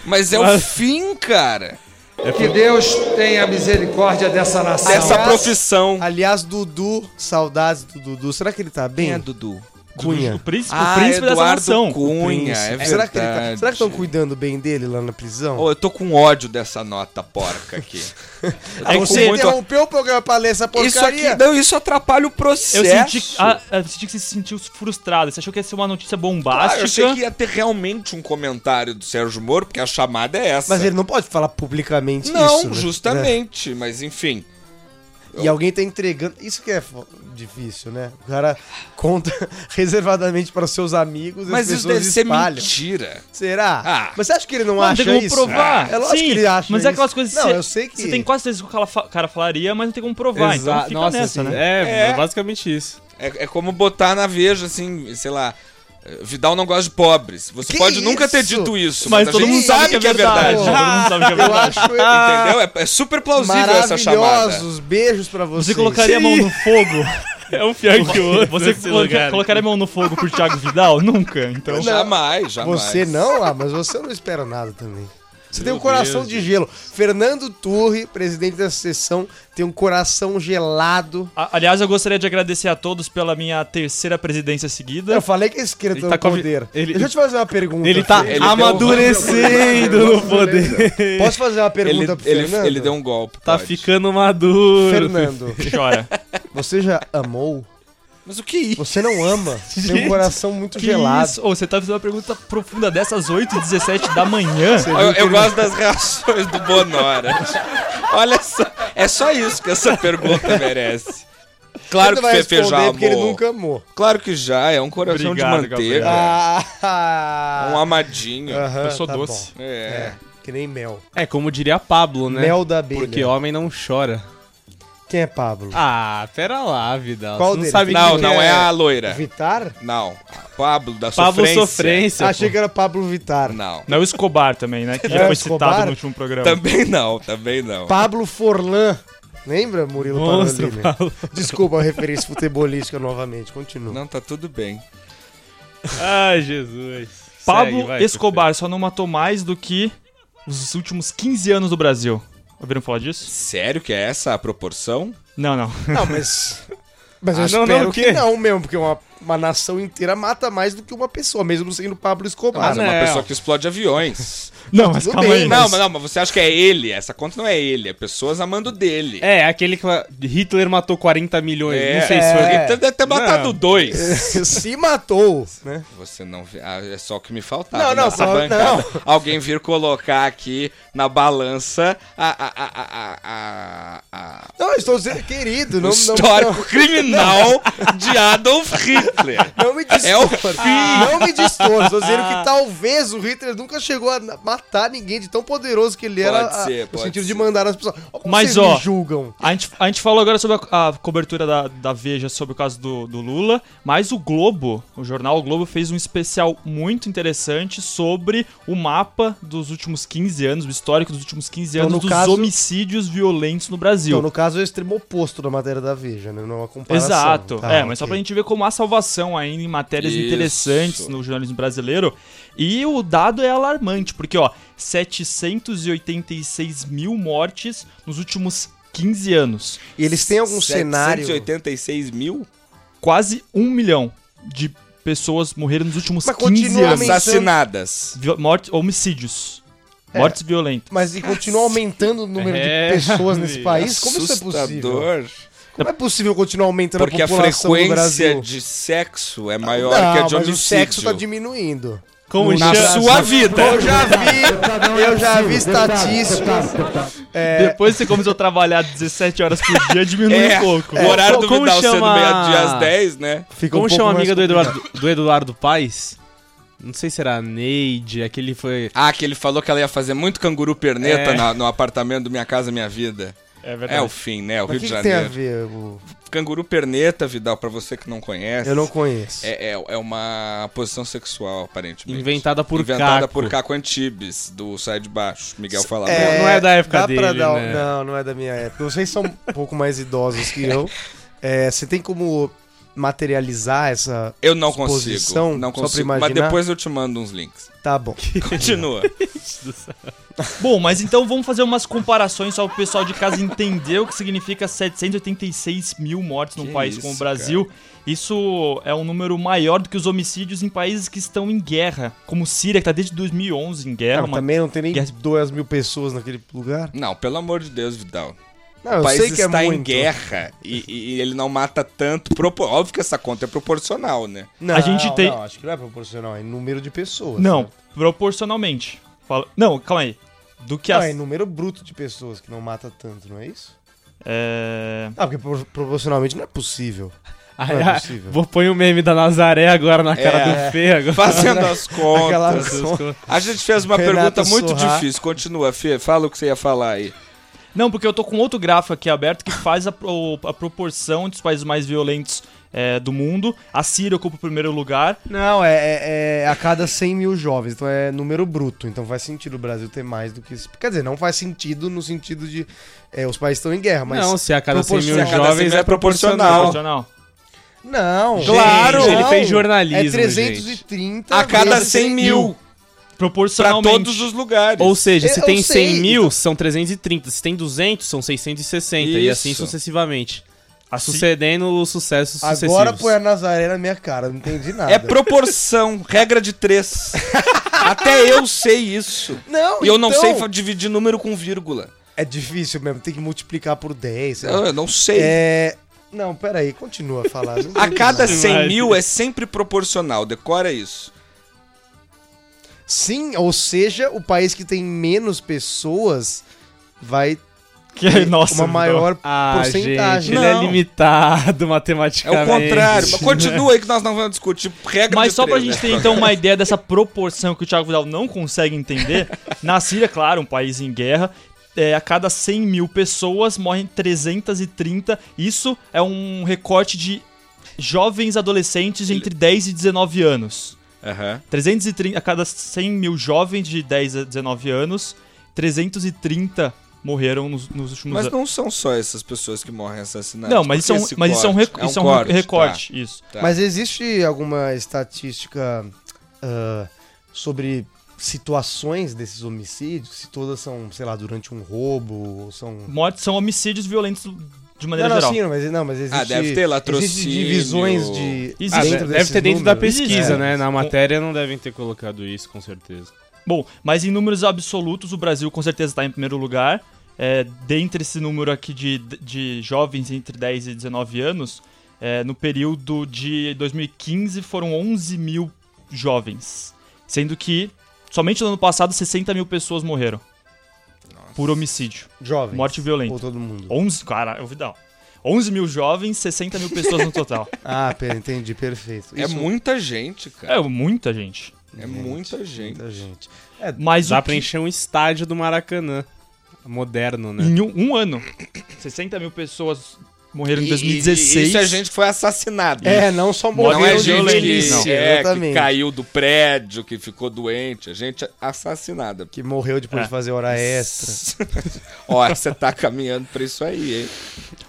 Speaker 4: Mas é o fim, cara,
Speaker 8: Que Deus tenha misericórdia dessa nação.
Speaker 4: dessa
Speaker 5: Aliás-
Speaker 4: profissão.
Speaker 5: Aliás, Dudu, saudades do Dudu. Será que ele tá bem?
Speaker 4: Dudu?
Speaker 5: Cunha.
Speaker 3: O príncipe,
Speaker 4: Ah,
Speaker 3: o príncipe dessa
Speaker 4: Eduardo
Speaker 3: nação.
Speaker 4: Cunha, é
Speaker 5: Príncipe.
Speaker 4: verdade.
Speaker 5: será que ele tá- será que estão cuidando bem dele lá na prisão?
Speaker 4: Oh, eu tô com ódio dessa nota porca aqui. Eu tô
Speaker 3: É que
Speaker 4: com
Speaker 3: você
Speaker 4: muito-
Speaker 5: o programa pra ler essa
Speaker 4: Isso aqui, não, isso atrapalha o
Speaker 3: Eu
Speaker 4: processo.
Speaker 3: senti, ah, eu senti que você se sentiu frustrado. Você achou que ia ser uma notícia
Speaker 4: Ah, eu
Speaker 3: bombástica.
Speaker 4: achei que ia ter realmente um comentário do Sérgio Moro, porque a chamada é essa.
Speaker 5: Mas ele não pode falar publicamente
Speaker 4: não,
Speaker 5: isso. né?
Speaker 4: justamente, mas enfim.
Speaker 5: É. E alguém tá entregando. Isso que é fo- difícil, né? O cara conta reservadamente para os seus amigos e
Speaker 4: Mas
Speaker 5: as
Speaker 4: isso
Speaker 5: pessoas
Speaker 4: deve ser
Speaker 5: espalham.
Speaker 4: mentira.
Speaker 5: Será?
Speaker 4: Ah.
Speaker 5: Mas você acha que ele não,
Speaker 3: Não,
Speaker 5: acha
Speaker 3: tem como
Speaker 5: isso?
Speaker 3: provar.
Speaker 5: É lógico
Speaker 3: Sim,
Speaker 5: que ele acha
Speaker 3: Mas é
Speaker 5: isso.
Speaker 3: aquelas coisas
Speaker 5: Não,
Speaker 3: cê-
Speaker 5: eu sei que.
Speaker 3: Você tem quase certeza que o cala- cara falaria, mas não tem como provar. então
Speaker 6: Exa-
Speaker 3: fica
Speaker 6: Nossa,
Speaker 3: nessa,
Speaker 6: assim,
Speaker 3: né?
Speaker 6: É,
Speaker 4: É.
Speaker 6: basicamente isso.
Speaker 4: É, é como botar na veja, assim, sei lá. eh, Vidal não gosta de pobres. Você
Speaker 5: Que
Speaker 4: pode nunca ter
Speaker 5: isso?
Speaker 4: dito isso,
Speaker 3: Mas
Speaker 4: a
Speaker 3: todo
Speaker 4: gente
Speaker 3: mundo sabe que é verdade. Ah.
Speaker 5: verdade.
Speaker 3: Todo mundo sabe que é
Speaker 5: Eu
Speaker 3: verdade.
Speaker 5: acho ele-
Speaker 4: Entendeu? É, é super plausível essa chamada.
Speaker 5: maravilhosos. Beijos pra vocês.
Speaker 3: Você colocaria a mão no fogo? É um pior que o outro. Você
Speaker 6: nesse
Speaker 3: coloca-
Speaker 6: lugar.
Speaker 3: colocaria a mão no fogo por Thiago Vidal? Nunca, então.
Speaker 4: Jamais, jamais.
Speaker 5: Você não? Ah, mas você não espera nada também. Você tem um coração de gelo. Fernando Turri, presidente da sessão, tem um coração gelado.
Speaker 3: A- Aliás, eu gostaria de agradecer a todos pela minha terceira presidência seguida.
Speaker 5: Eu falei que esse esquerda tá
Speaker 6: Ele tá
Speaker 5: no
Speaker 6: com a vi-
Speaker 5: poder.
Speaker 6: ele-
Speaker 5: Deixa eu te fazer uma pergunta.
Speaker 6: Ele tá
Speaker 5: Fê.
Speaker 4: Ele deu- um
Speaker 6: amadurecendo no poder.
Speaker 5: Posso fazer uma pergunta
Speaker 4: Ele,
Speaker 5: pro
Speaker 4: ele,
Speaker 5: Fernando?
Speaker 4: ele deu um golpe.
Speaker 6: Tá
Speaker 4: pode.
Speaker 6: ficando maduro.
Speaker 5: Fernando,
Speaker 3: Chora.
Speaker 5: você já amou?
Speaker 4: um- Mas o que é isso?
Speaker 5: Você não ama. Tem um
Speaker 3: Gente,
Speaker 5: coração muito
Speaker 3: Que
Speaker 5: gelado.
Speaker 3: isso? Ô, você tá fazendo uma pergunta profunda dessas 8 e 17 da manhã?
Speaker 5: Você viu
Speaker 4: Eu,
Speaker 5: que
Speaker 4: eu
Speaker 5: ele-
Speaker 4: gosto das reações do Bonora. Olha só, é só isso que essa pergunta merece. Claro
Speaker 5: Ele
Speaker 4: que
Speaker 5: vai
Speaker 4: Fefe já
Speaker 5: responder porque ele
Speaker 4: amou.
Speaker 5: nunca amou.
Speaker 4: Claro que já, é um coração
Speaker 3: Obrigado,
Speaker 4: de manteiga.
Speaker 5: Ah,
Speaker 4: Um amadinho.
Speaker 5: aham,
Speaker 3: Eu sou
Speaker 5: tá
Speaker 3: doce.
Speaker 4: É.
Speaker 5: bom. Que nem mel.
Speaker 6: É como diria Pablo, né?
Speaker 5: Mel da abelha.
Speaker 6: Porque homem não chora.
Speaker 5: Quem é Pablo?
Speaker 6: Ah, pera lá, Vidal.
Speaker 5: Qual
Speaker 6: Você não
Speaker 5: deles?
Speaker 6: sabe
Speaker 4: Não,
Speaker 6: quem
Speaker 4: não é a loira.
Speaker 5: Vitar?
Speaker 4: Não. Pablo da
Speaker 6: Pablo
Speaker 4: sofrência.
Speaker 6: Sofrência.
Speaker 5: Achei que era Pablo Vitar.
Speaker 4: Não.
Speaker 3: Não é o Escobar também, né? Que já
Speaker 5: É,
Speaker 3: foi
Speaker 5: Escobar?
Speaker 3: citado no último programa.
Speaker 4: Também não, também não.
Speaker 5: Pablo Forlan. Lembra, Murilo
Speaker 6: Monstro,
Speaker 5: Parolini?
Speaker 6: Paulo.
Speaker 5: Desculpa a referência futebolística novamente. Continua.
Speaker 4: Não, tá tudo bem.
Speaker 6: Ai, Jesus.
Speaker 3: Pablo
Speaker 6: Segue, vai,
Speaker 3: Escobar só não matou mais do que os últimos 15 anos do Brasil. Ouviram falar disso?
Speaker 4: Sério que é essa a proporção?
Speaker 3: Não, não.
Speaker 5: Não, mas. Mas eu
Speaker 6: Ah, não,
Speaker 5: espero
Speaker 6: não, o
Speaker 5: que
Speaker 6: quê?
Speaker 5: não mesmo, porque uma, uma nação inteira mata mais do que uma pessoa, mesmo sendo Pablo Escobar.
Speaker 4: Mas é uma
Speaker 6: não.
Speaker 4: pessoa que explode aviões.
Speaker 3: Não, mas
Speaker 5: Tudo
Speaker 3: calma
Speaker 5: bem,
Speaker 3: aí.
Speaker 4: Não, mas não, mas você acha que é ele? Essa conta não é ele, é pessoas amando dele.
Speaker 6: É, aquele que Hitler matou 40 milhões. Não sei se foi.
Speaker 5: É.
Speaker 4: Ele Então deve ter matado
Speaker 6: Não.
Speaker 4: dois.
Speaker 5: Se matou, né?
Speaker 4: Você não vê. Ah, é só o que me faltava.
Speaker 5: Não, não,
Speaker 4: nessa
Speaker 5: só-
Speaker 4: bancada. Alguém vir colocar aqui na balança a. a, a, a, a, a- a-
Speaker 5: Não, eu estou dizendo, querido, não,
Speaker 4: o
Speaker 5: não,
Speaker 4: histórico criminal de Adolf Hitler.
Speaker 5: não, não me
Speaker 4: É o Ah.
Speaker 5: distorça. Não me distorça. Estou dizendo que talvez o Hitler nunca chegou a na- matar ninguém de tão poderoso que ele era.
Speaker 4: Pode
Speaker 5: a-
Speaker 4: ser,
Speaker 5: no
Speaker 4: pode
Speaker 5: sentido
Speaker 4: ser.
Speaker 5: de mandar as pessoas. Olha como
Speaker 3: Mas,
Speaker 5: vocês
Speaker 3: ó,
Speaker 5: me julgam.
Speaker 3: A gente, a gente falou agora sobre a, a cobertura da, da Veja sobre o caso do, do Lula, mas o Globo, o jornal o Globo, fez um especial muito interessante sobre o mapa dos últimos 15 anos, o histórico dos últimos 15
Speaker 5: Então,
Speaker 3: anos
Speaker 5: no
Speaker 3: dos
Speaker 5: caso-
Speaker 3: homicídios violentos no Brasil.
Speaker 5: Então, no caso, é o extremo oposto da matéria da Veja, né? Não é uma comparação.
Speaker 3: Exato.
Speaker 5: Tá,
Speaker 3: é, mas só
Speaker 5: ok.
Speaker 3: pra gente ver como há salvação ainda em matérias
Speaker 4: Isso.
Speaker 3: interessantes no jornalismo brasileiro. E o dado é alarmante, porque, ó, 786 mil mortes nos últimos 15 anos.
Speaker 5: E eles têm algum
Speaker 4: um
Speaker 5: cenário.
Speaker 4: 786 mil?
Speaker 3: Quase um milhão de pessoas morreram nos últimos
Speaker 5: Mas
Speaker 3: 15
Speaker 5: continua
Speaker 3: anos.
Speaker 5: aumentando.
Speaker 4: Assassinadas.
Speaker 3: Vi- morte- homicídios.
Speaker 5: É.
Speaker 3: Mortes violentas.
Speaker 5: Mas e continua aumentando o número de pessoas nesse país? Como isso é possível?
Speaker 4: Assustador.
Speaker 5: Como é possível continuar aumentando
Speaker 4: Porque
Speaker 5: a
Speaker 4: a
Speaker 5: população do
Speaker 4: frequência
Speaker 5: Brasil? Ah,
Speaker 4: de sexo é maior
Speaker 5: Não,
Speaker 4: que a de
Speaker 5: mas
Speaker 4: homicídio.
Speaker 5: o sexo tá né? diminuindo.
Speaker 6: Como
Speaker 4: Na
Speaker 6: chama-
Speaker 4: sua vida.
Speaker 5: Eu já vi, eu já vi estatísticas. É,
Speaker 3: Depois que você começou a trabalhar 17 horas por dia, diminui
Speaker 4: É,
Speaker 3: um pouco.
Speaker 4: o horário do
Speaker 6: como
Speaker 4: Vidal sendo
Speaker 6: chama-
Speaker 4: meio-dia às 10, né?
Speaker 5: fica um
Speaker 6: Como chama a
Speaker 5: mais
Speaker 6: amiga do
Speaker 5: complicado.
Speaker 6: Eduardo, do Eduardo Paes? Não sei se era a Neide, aquele foi.
Speaker 4: Ah, que ele falou que ela ia fazer muito canguru perneta
Speaker 6: É.
Speaker 4: na- no apartamento do Minha Casa Minha Vida.
Speaker 3: É
Speaker 4: É o fim, né? O Rio
Speaker 5: Mas o que,
Speaker 4: de
Speaker 5: que tem a
Speaker 4: Janeiro.
Speaker 5: ver? o-
Speaker 4: Canguru perneta, Vidal, pra você que não conhece.
Speaker 5: Eu não conheço.
Speaker 4: É, é, é uma posição sexual, aparentemente.
Speaker 6: Inventada por
Speaker 4: Inventada
Speaker 6: Caco.
Speaker 4: por Caco Antibes, do Sai de Baixo, Miguel Falabella.
Speaker 6: É, não é da
Speaker 5: dá
Speaker 6: época
Speaker 5: pra
Speaker 6: dele,
Speaker 5: dar-
Speaker 6: né?
Speaker 5: um Não, não é da minha época. Vocês são um pouco mais idosos que eu. É, você tem como materializar essa
Speaker 4: Eu não
Speaker 5: exposição?
Speaker 4: consigo. Não
Speaker 5: Só pra
Speaker 4: consigo. Mas
Speaker 5: imaginar?
Speaker 4: depois eu te mando uns links.
Speaker 5: Tá bom.
Speaker 4: Continua.
Speaker 3: Bom, mas então vamos fazer umas comparações só pro pessoal de casa entender o que significa 786 mil mortes num
Speaker 4: Que
Speaker 3: país
Speaker 4: isso,
Speaker 3: como o Brasil. Isso é um número maior do que os homicídios em países que estão em guerra, como Síria, que tá desde 2011 em guerra.
Speaker 5: Cara,
Speaker 3: é uma-
Speaker 5: também não tem nem
Speaker 3: Guerra-
Speaker 5: 2 mil pessoas naquele lugar.
Speaker 4: Não, pelo amor de Deus, Vidal.
Speaker 5: Não, eu
Speaker 4: o país
Speaker 5: sei que é
Speaker 4: está
Speaker 5: muito.
Speaker 4: em guerra e, e- e ele não mata tanto. Propo- Óbvio que essa conta é proporcional, né?
Speaker 5: Não,
Speaker 3: A gente tem-
Speaker 5: Não, acho que não é proporcional, é número de pessoas.
Speaker 3: Não,
Speaker 5: né?
Speaker 3: proporcionalmente. Fala- Não, calma aí. Do que
Speaker 5: Não,
Speaker 3: as...
Speaker 5: é número bruto de pessoas que não mata tanto, não é isso?
Speaker 3: é...
Speaker 5: Ah, porque pro- proporcionalmente não é possível.
Speaker 6: Ai,
Speaker 5: é
Speaker 6: ai,
Speaker 5: possível.
Speaker 6: Ah, vou pôr o meme da Nazaré agora na cara
Speaker 4: É.
Speaker 6: do Fê. Agora.
Speaker 4: Fazendo as
Speaker 5: Aquela
Speaker 4: contas. A gente fez uma
Speaker 5: Renato
Speaker 4: pergunta muito
Speaker 5: Sorrar.
Speaker 4: difícil. Continua, Fê. Fala o que você ia falar aí.
Speaker 3: Não, porque eu tô com outro gráfico aqui aberto que faz a, pro- a proporção dos países mais violentos é, do mundo. A Síria ocupa o primeiro lugar.
Speaker 5: Não, é, é- é a cada 100 mil jovens, então é número bruto. Então faz sentido o Brasil ter mais do que isso. Quer dizer, não faz sentido no sentido de. é, os países estão em guerra, mas.
Speaker 6: Não, se a cada 100 mil
Speaker 4: Se a cada 100
Speaker 6: jovens
Speaker 4: mil
Speaker 6: é
Speaker 4: é proporcional.
Speaker 6: proporcional.
Speaker 3: Proporcional.
Speaker 5: Não,
Speaker 6: Gente, ele fez jornalismo,
Speaker 5: É 330.
Speaker 4: A cada
Speaker 5: vezes
Speaker 4: 100 mil. Pra
Speaker 3: Proporcionalmente.
Speaker 4: todos os lugares.
Speaker 6: Ou seja, se
Speaker 5: Eu
Speaker 6: tem
Speaker 5: sei,
Speaker 6: 100 mil,
Speaker 5: então.
Speaker 6: são 330. Se tem 200, são 660. E
Speaker 4: Isso.
Speaker 6: assim sucessivamente.
Speaker 3: Assim-
Speaker 6: Sucedendo os sucessos
Speaker 5: Agora
Speaker 6: sucessivos.
Speaker 5: põe a Nazaré na minha cara, não entendi nada.
Speaker 4: É proporção, regra de três. Até eu sei isso.
Speaker 5: Não,
Speaker 4: E eu não
Speaker 5: então-
Speaker 4: sei fa- dividir número com vírgula.
Speaker 5: É difícil mesmo, tem que multiplicar por 10. sei lá.
Speaker 4: Eu, eu não sei.
Speaker 5: É. Não, peraí, continua a falar. não
Speaker 4: A
Speaker 5: entendi
Speaker 4: cada
Speaker 5: nada.
Speaker 4: 100 mil é sempre proporcional. Decora isso.
Speaker 5: Sim, ou seja, o país que tem menos pessoas vai
Speaker 3: Que, é, nossa,
Speaker 5: uma
Speaker 3: Vidal.
Speaker 5: maior
Speaker 6: Ah,
Speaker 5: porcentagem.
Speaker 6: gente, ele é
Speaker 4: Não.
Speaker 6: limitado
Speaker 4: É o
Speaker 6: matematicamente.
Speaker 4: contrário. Mas continua aí que nós não vamos discutir regra
Speaker 3: Mas
Speaker 4: de
Speaker 3: só pra
Speaker 4: três,
Speaker 3: gente
Speaker 4: né?
Speaker 3: ter então uma ideia dessa proporção que o Thiago Vidal não consegue entender, na Síria, claro, um país em guerra, é, a cada 100 mil pessoas morrem 330. Isso é um recorte de jovens adolescentes entre 10 e 19 anos.
Speaker 4: Aham.
Speaker 3: 330 a cada 100 mil jovens de 10 a 19 anos, 330 morreram nos, nos últimos
Speaker 4: Mas tipo
Speaker 3: anos.
Speaker 4: não são só essas pessoas que morrem assassinadas.
Speaker 3: Não, mas isso é um, mas isso é um, rec- isso é um rec-
Speaker 4: recorde.
Speaker 3: recorte, isso.
Speaker 4: Tá.
Speaker 5: Mas existe alguma estatística ah, sobre situações desses homicídios? Se todas são, sei lá, durante um roubo ou são.
Speaker 3: Mortes são homicídios violentos de
Speaker 5: Não,
Speaker 3: maneira
Speaker 5: não,
Speaker 3: geral.
Speaker 5: sim, não, mas, não, mas existe.
Speaker 4: Ah, deve ter latrocínio.
Speaker 5: Existe divisões de.
Speaker 3: Existe.
Speaker 6: Ah,
Speaker 3: Dentro
Speaker 6: deve deve ter dentro da pesquisa,
Speaker 3: É.
Speaker 6: né? Na matéria não devem ter colocado isso, com certeza.
Speaker 3: Bom, mas em números absolutos, o Brasil com certeza está em primeiro lugar. É, dentre esse número aqui de, de jovens entre 10 e 19 anos, é, no período de 2015 foram 11 mil jovens. Sendo que somente no ano passado 60 mil pessoas morreram por homicídio.
Speaker 5: Jovens.
Speaker 3: Morte violenta.
Speaker 5: Ou todo mundo.
Speaker 3: 11, cara, eu vi não. 11 mil jovens, 60 mil pessoas no total.
Speaker 5: Ah, per- entendi, perfeito.
Speaker 4: É
Speaker 5: Isso-
Speaker 4: muita gente, cara.
Speaker 3: é muita gente.
Speaker 4: É, muita gente.
Speaker 5: Muita gente.
Speaker 3: Mas
Speaker 6: Dá
Speaker 3: o
Speaker 6: pra
Speaker 3: que-
Speaker 6: encher um estádio do Maracanã. Moderno, né?
Speaker 3: em um, um ano, 60 mil pessoas morreram
Speaker 4: E-
Speaker 3: em
Speaker 4: e-
Speaker 3: 2016.
Speaker 4: e Isso é gente que foi assassinada.
Speaker 5: É, não só morreu
Speaker 4: Não é
Speaker 5: de
Speaker 4: gente
Speaker 5: velhice,
Speaker 4: que, é, que
Speaker 5: exatamente.
Speaker 4: caiu do prédio, que ficou doente. É gente assassinada.
Speaker 5: Que morreu depois
Speaker 3: É.
Speaker 5: de fazer hora extra.
Speaker 4: Ó, você tá caminhando pra isso aí, hein?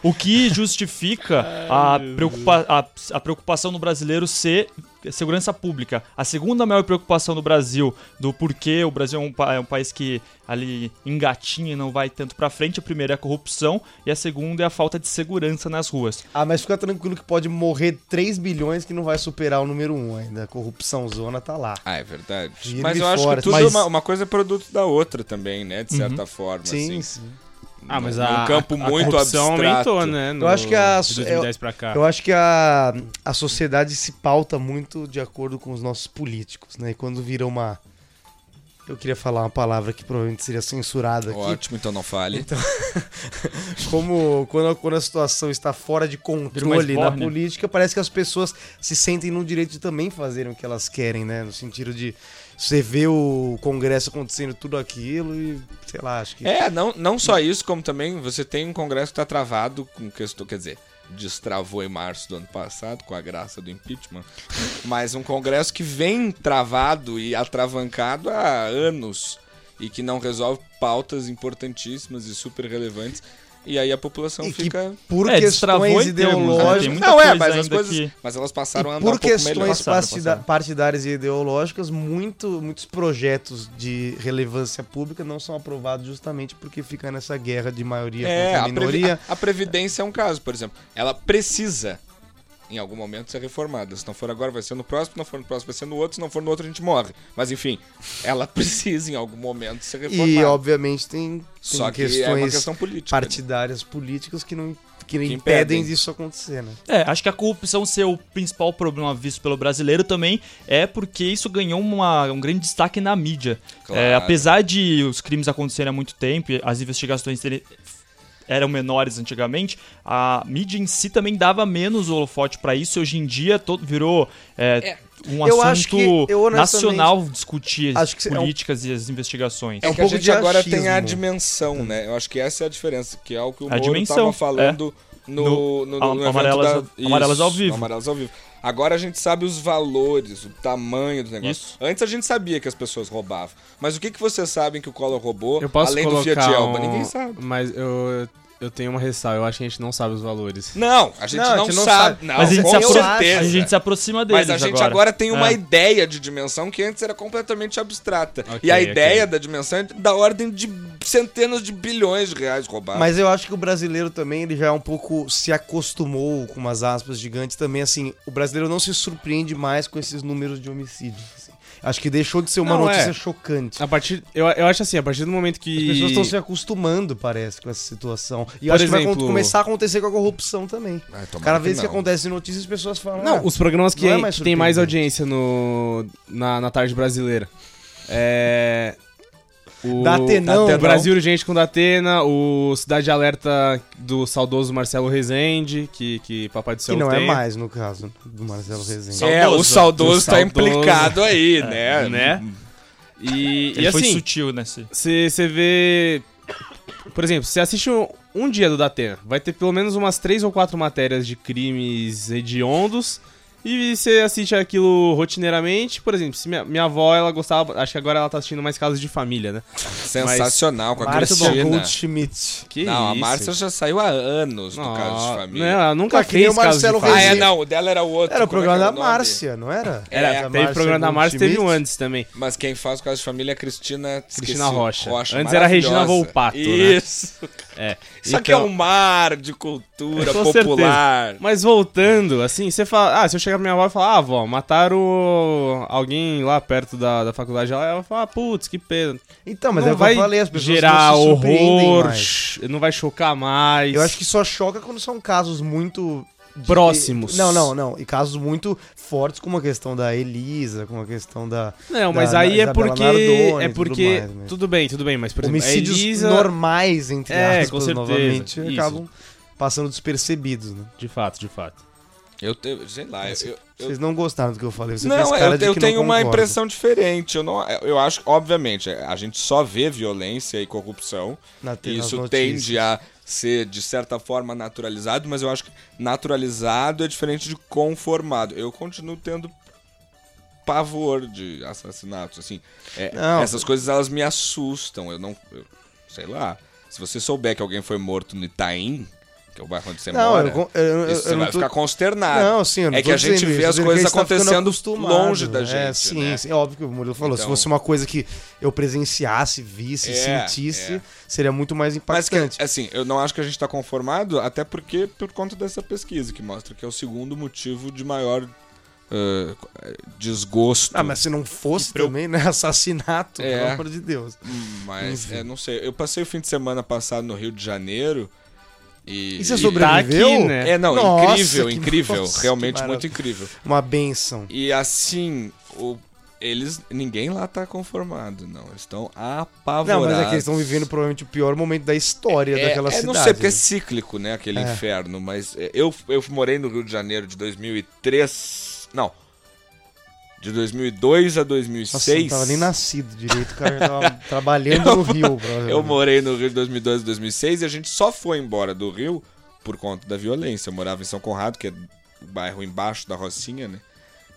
Speaker 3: O que justifica a, preocupa- a- a preocupação do brasileiro ser segurança pública. A segunda maior preocupação do Brasil, do porquê o Brasil é um, pa- é um país que ali engatinha e não vai tanto pra frente, a primeira é a corrupção e a segunda é a falta de segurança nas ruas.
Speaker 5: Ah, mas fica tranquilo que pode morrer 3 bilhões que não vai superar o número 1 ainda. A corrupção zona tá lá.
Speaker 4: Ah, é verdade.
Speaker 5: Firme
Speaker 4: mas
Speaker 5: e
Speaker 4: eu acho que
Speaker 5: forte.
Speaker 4: tudo
Speaker 5: Mas-
Speaker 4: é uma, uma coisa é produto da outra também, né? De
Speaker 3: Uhum.
Speaker 4: certa forma,
Speaker 5: Sim,
Speaker 4: assim.
Speaker 5: sim.
Speaker 6: Ah, mas
Speaker 4: Num
Speaker 6: a,
Speaker 4: campo
Speaker 6: a
Speaker 4: muito
Speaker 6: corrupção
Speaker 4: abstrato.
Speaker 6: aumentou, né? no-
Speaker 5: Eu acho que a-
Speaker 6: De 2010 pra
Speaker 3: Ah.
Speaker 6: cá.
Speaker 5: Eu acho que a, a sociedade se pauta muito de acordo com os nossos políticos, né? E quando vira uma. Eu queria falar uma palavra que provavelmente seria censurada aqui.
Speaker 4: Ótimo, então não fale.
Speaker 5: Como quando, quando a situação está fora de controle na
Speaker 3: esbórnia.
Speaker 5: política, parece que as pessoas se sentem no direito de também fazerem o que elas querem, né? No sentido de você vê o Congresso acontecendo tudo aquilo e, sei lá, acho que.
Speaker 4: É, não, não só isso, como também você tem um congresso que tá travado com questão, quer dizer, destravou em março do ano passado, com a graça do impeachment, mas um congresso que vem travado e atravancado há anos e que não resolve pautas importantíssimas e super relevantes. E aí a população
Speaker 5: E que
Speaker 4: fica.
Speaker 5: Por
Speaker 3: É, destravou
Speaker 5: questões
Speaker 3: em termos, né? Tem
Speaker 5: ideológicas.
Speaker 3: muita
Speaker 4: Não, é,
Speaker 3: coisa
Speaker 4: mas as
Speaker 3: ainda
Speaker 4: coisas.
Speaker 3: que-
Speaker 4: Mas elas passaram a
Speaker 5: E
Speaker 4: andar um
Speaker 5: por
Speaker 4: pouco melhor.
Speaker 5: questões
Speaker 3: Passaram,
Speaker 5: partida-
Speaker 3: passaram.
Speaker 5: partidárias e ideológicas, muito, muitos projetos de relevância pública não são aprovados justamente porque fica nessa guerra de maioria
Speaker 4: É,
Speaker 5: contra
Speaker 4: a,
Speaker 5: a
Speaker 4: previ-
Speaker 5: minoria.
Speaker 4: a- a Previdência é um caso, por exemplo. Ela precisa, em algum momento, ser reformada. Se não for agora, vai ser no próximo. Se não for no próximo, vai ser no outro. Se não for no outro, a gente morre. Mas, enfim, ela precisa, em algum momento, ser reformada.
Speaker 5: E, obviamente, tem, tem
Speaker 4: Só que
Speaker 5: questões
Speaker 4: é uma questão política. né?
Speaker 5: partidárias políticas que não que impedem,
Speaker 4: impedem.
Speaker 5: disso acontecer, né?
Speaker 3: É, acho que a corrupção ser o principal problema visto pelo brasileiro também é porque isso ganhou uma- um grande destaque na mídia.
Speaker 4: Claro.
Speaker 3: É, apesar de os crimes acontecerem há muito tempo, e as investigações terem- eram menores antigamente, a mídia em si também dava menos holofote pra isso. e Hoje em dia todo, virou é, um
Speaker 5: Eu acho
Speaker 3: assunto
Speaker 5: que, eu honestamente,
Speaker 3: nacional discutir as
Speaker 5: acho que é um-
Speaker 3: políticas e as investigações.
Speaker 4: É
Speaker 5: um
Speaker 4: que
Speaker 5: pouco
Speaker 4: a gente
Speaker 5: de
Speaker 4: agora
Speaker 5: achismo.
Speaker 4: tem a dimensão, né? Eu acho que essa é a diferença, que é o que o
Speaker 3: A
Speaker 4: Moro
Speaker 3: dimensão,
Speaker 4: estava falando no,
Speaker 3: No-
Speaker 4: no, no,
Speaker 3: a-
Speaker 4: evento
Speaker 3: Amarelas-
Speaker 4: da-
Speaker 3: Amarelas ao vivo.
Speaker 4: Amarelas ao vivo. Agora a gente sabe os valores, o tamanho do negócio.
Speaker 3: Isso.
Speaker 4: Antes a gente sabia que as pessoas roubavam. Mas o que, que vocês sabem que o Collor roubou,
Speaker 6: Eu posso
Speaker 4: além do
Speaker 6: colocar
Speaker 4: Fiat Elba?
Speaker 6: um-
Speaker 4: Ninguém sabe.
Speaker 6: Mas eu, eu tenho uma ressalva. Eu acho que a gente não sabe os valores.
Speaker 4: Não, a gente não, sabe. Não,
Speaker 3: Mas a gente,
Speaker 4: com
Speaker 3: se apro-
Speaker 4: certeza.
Speaker 3: a gente se aproxima deles
Speaker 4: Mas a gente agora,
Speaker 3: agora.
Speaker 4: tem uma
Speaker 3: É.
Speaker 4: ideia de dimensão que antes era completamente abstrata. e
Speaker 6: Ok,
Speaker 4: a
Speaker 6: ok.
Speaker 4: ideia da dimensão é da ordem de centenas de bilhões de reais roubados.
Speaker 5: Mas eu acho que o brasileiro também, ele já é um pouco se acostumou com umas aspas gigantes também, assim, o brasileiro não se surpreende mais com esses números de homicídios. assim. Acho que deixou de ser uma
Speaker 6: Não, é.
Speaker 5: notícia chocante.
Speaker 6: A partir, eu, eu acho assim, a partir do momento que.
Speaker 5: As pessoas estão se acostumando, parece, com essa situação. E eu
Speaker 6: Por
Speaker 5: acho que vai
Speaker 6: exemplo-
Speaker 5: acon- começar a acontecer com a corrupção também.
Speaker 4: Ai, tomara
Speaker 5: Cada vez
Speaker 4: não.
Speaker 5: que acontece notícia, as pessoas falam.
Speaker 6: Não,
Speaker 5: "Ah,
Speaker 6: os programas que,
Speaker 5: Não é mais
Speaker 6: que tem mais
Speaker 5: surpreendente.
Speaker 6: audiência no, na, na tarde brasileira. É. O
Speaker 5: Datenão.
Speaker 6: o Brasil Urgente com Datena, o Cidade Alerta do saudoso Marcelo Rezende, que, que Papai do
Speaker 5: que
Speaker 6: Céu
Speaker 5: não é
Speaker 6: tem.
Speaker 5: mais, no caso, do Marcelo Rezende.
Speaker 4: É, o saudoso,
Speaker 6: O
Speaker 4: tá
Speaker 6: saudoso.
Speaker 4: implicado aí, né?
Speaker 6: Né? E,
Speaker 3: Ele
Speaker 6: e
Speaker 3: foi
Speaker 6: assim,
Speaker 3: sutil nesse...
Speaker 6: você vê. Por exemplo, você assiste um, um dia do Datena, vai ter pelo menos umas três ou quatro matérias de crimes hediondos. E você assiste aquilo rotineiramente, por exemplo, se minha, minha avó, ela gostava, acho que agora ela tá assistindo mais Casas de Família, né?
Speaker 4: Sensacional, com a
Speaker 5: Márcio
Speaker 4: Cristina.
Speaker 5: Goldschmidt.
Speaker 6: Que
Speaker 4: não, a
Speaker 6: isso?
Speaker 4: Márcia já saiu há anos do
Speaker 6: Não,
Speaker 4: caso de família.
Speaker 6: Não, ela nunca
Speaker 5: Ah, que nem
Speaker 6: fez
Speaker 5: o Marcelo
Speaker 6: caso de
Speaker 4: Ah, é,
Speaker 6: família.
Speaker 4: não, o dela era o outro.
Speaker 5: Era o
Speaker 4: como é
Speaker 5: programa
Speaker 4: que
Speaker 5: da
Speaker 4: o nome?
Speaker 5: Márcia, não era?
Speaker 6: Era,
Speaker 4: É,
Speaker 5: Da
Speaker 6: teve o programa da Márcia, teve um
Speaker 5: Goldschmidt.
Speaker 6: antes também.
Speaker 4: Mas quem faz o caso de família é Cristina
Speaker 6: Cristina
Speaker 4: esqueci,
Speaker 6: Rocha. Antes era Regina
Speaker 4: maravilhosa.
Speaker 6: Volpato, né?
Speaker 4: Isso.
Speaker 6: É.
Speaker 4: Isso aqui é um mar de cultura popular.
Speaker 6: Mas voltando, assim, você fala. Ah, se eu chegar pra minha avó e falar, ah, avó, mataram alguém lá perto da, da faculdade, ela ela vai falar, putz, que pena.
Speaker 5: Então, mas
Speaker 6: não
Speaker 5: é o que
Speaker 6: vai
Speaker 5: eu falei, as pessoas
Speaker 6: gerar
Speaker 5: não se surpreendem
Speaker 6: horror,
Speaker 5: mais.
Speaker 6: ch- não vai chocar mais.
Speaker 5: Eu acho que só choca quando são casos muito
Speaker 6: Próximos.
Speaker 5: Não, não, não. E casos muito fortes, como a questão da Elisa, como a questão da.
Speaker 6: Não, mas
Speaker 5: da-
Speaker 6: aí
Speaker 5: da
Speaker 6: é
Speaker 5: Isabela
Speaker 6: porque.
Speaker 5: Nardoni
Speaker 6: é
Speaker 5: e tudo
Speaker 6: porque.
Speaker 5: mais, mas-
Speaker 6: Tudo bem, tudo bem, mas por exemplo, a
Speaker 5: Homicídios
Speaker 6: Elisa.
Speaker 5: normais, entre
Speaker 6: É, com
Speaker 5: aspas,
Speaker 6: certeza.
Speaker 5: novamente,
Speaker 6: Isso.
Speaker 5: acabam passando despercebidos, né?
Speaker 6: De fato, de fato.
Speaker 4: Eu tenho, sei lá, eu- eu, eu
Speaker 5: Vocês não gostaram do que eu falei. Você fez
Speaker 4: Não,
Speaker 5: cara
Speaker 4: eu,
Speaker 5: de
Speaker 4: eu
Speaker 5: que não
Speaker 4: tenho uma
Speaker 5: concorda.
Speaker 4: impressão diferente. Eu, não, eu acho, obviamente, a gente só vê violência e corrupção.
Speaker 5: Na- nas
Speaker 4: E isso
Speaker 5: notícias.
Speaker 4: tende a ser, de certa forma, naturalizado, mas eu acho que naturalizado é diferente de conformado. Eu continuo tendo pavor de assassinatos, assim. É,
Speaker 5: Não.
Speaker 4: Essas coisas, elas me assustam. Eu não... eu- sei lá. Se você souber que alguém foi morto no Itaim, que é o bairro onde você
Speaker 5: Não,
Speaker 4: mora...
Speaker 5: eu, con- eu, eu,
Speaker 4: isso você
Speaker 5: eu não
Speaker 4: vai
Speaker 5: tô...
Speaker 4: ficar consternado.
Speaker 5: Não, sim, eu não
Speaker 4: É
Speaker 5: tô
Speaker 4: que a gente
Speaker 5: dizendo
Speaker 4: vê
Speaker 5: isso,
Speaker 4: as
Speaker 5: eu tô dizendo
Speaker 4: coisas
Speaker 5: que a gente tá ficando
Speaker 4: acontecendo
Speaker 5: acostumado.
Speaker 4: longe da
Speaker 5: É,
Speaker 4: gente,
Speaker 5: sim,
Speaker 4: né?
Speaker 5: sim. É óbvio que o Murilo falou. Se
Speaker 4: Então-
Speaker 5: fosse uma coisa que eu presenciasse, visse,
Speaker 4: É,
Speaker 5: sentisse,
Speaker 4: é.
Speaker 5: seria muito mais
Speaker 4: Mas que,
Speaker 5: impactante.
Speaker 4: assim, eu não acho que a gente tá conformado, até porque por conta dessa pesquisa, que mostra que é o segundo motivo de maior eh, desgosto.
Speaker 5: Ah, mas se não fosse também, né? Assassinato,
Speaker 4: É.
Speaker 5: pelo amor de Deus.
Speaker 4: Mas, é, não sei. Eu passei o fim de semana passado no Rio de Janeiro e. tá
Speaker 5: E você
Speaker 4: e-
Speaker 5: sobreviveu?
Speaker 6: aqui, né?
Speaker 4: É, não,
Speaker 5: Nossa,
Speaker 4: incrível,
Speaker 5: que-
Speaker 4: incrível.
Speaker 5: nossa, que
Speaker 4: realmente
Speaker 5: maravilha.
Speaker 4: muito incrível.
Speaker 5: Uma benção.
Speaker 4: E assim, o- eles. Ninguém lá tá conformado, não. Eles estão
Speaker 5: Não,
Speaker 4: apavorados.
Speaker 5: mas é que eles estão vivendo provavelmente o pior momento da história daquela
Speaker 4: é,
Speaker 5: cidade.
Speaker 4: Não sei, porque é
Speaker 5: né?
Speaker 4: cíclico, né, aquele
Speaker 5: É.
Speaker 4: inferno, mas é, eu, eu morei no Rio de Janeiro de 2003, não, de 2002 a
Speaker 5: Nossa, eu
Speaker 4: 2006.
Speaker 5: não tava nem nascido direito, o cara já tava trabalhando no Rio, brother.
Speaker 4: Eu morei no Rio de 2002 a 2006 e a gente só foi embora do Rio por conta da violência. Eu morava em São Conrado, que é o bairro embaixo da Rocinha, né?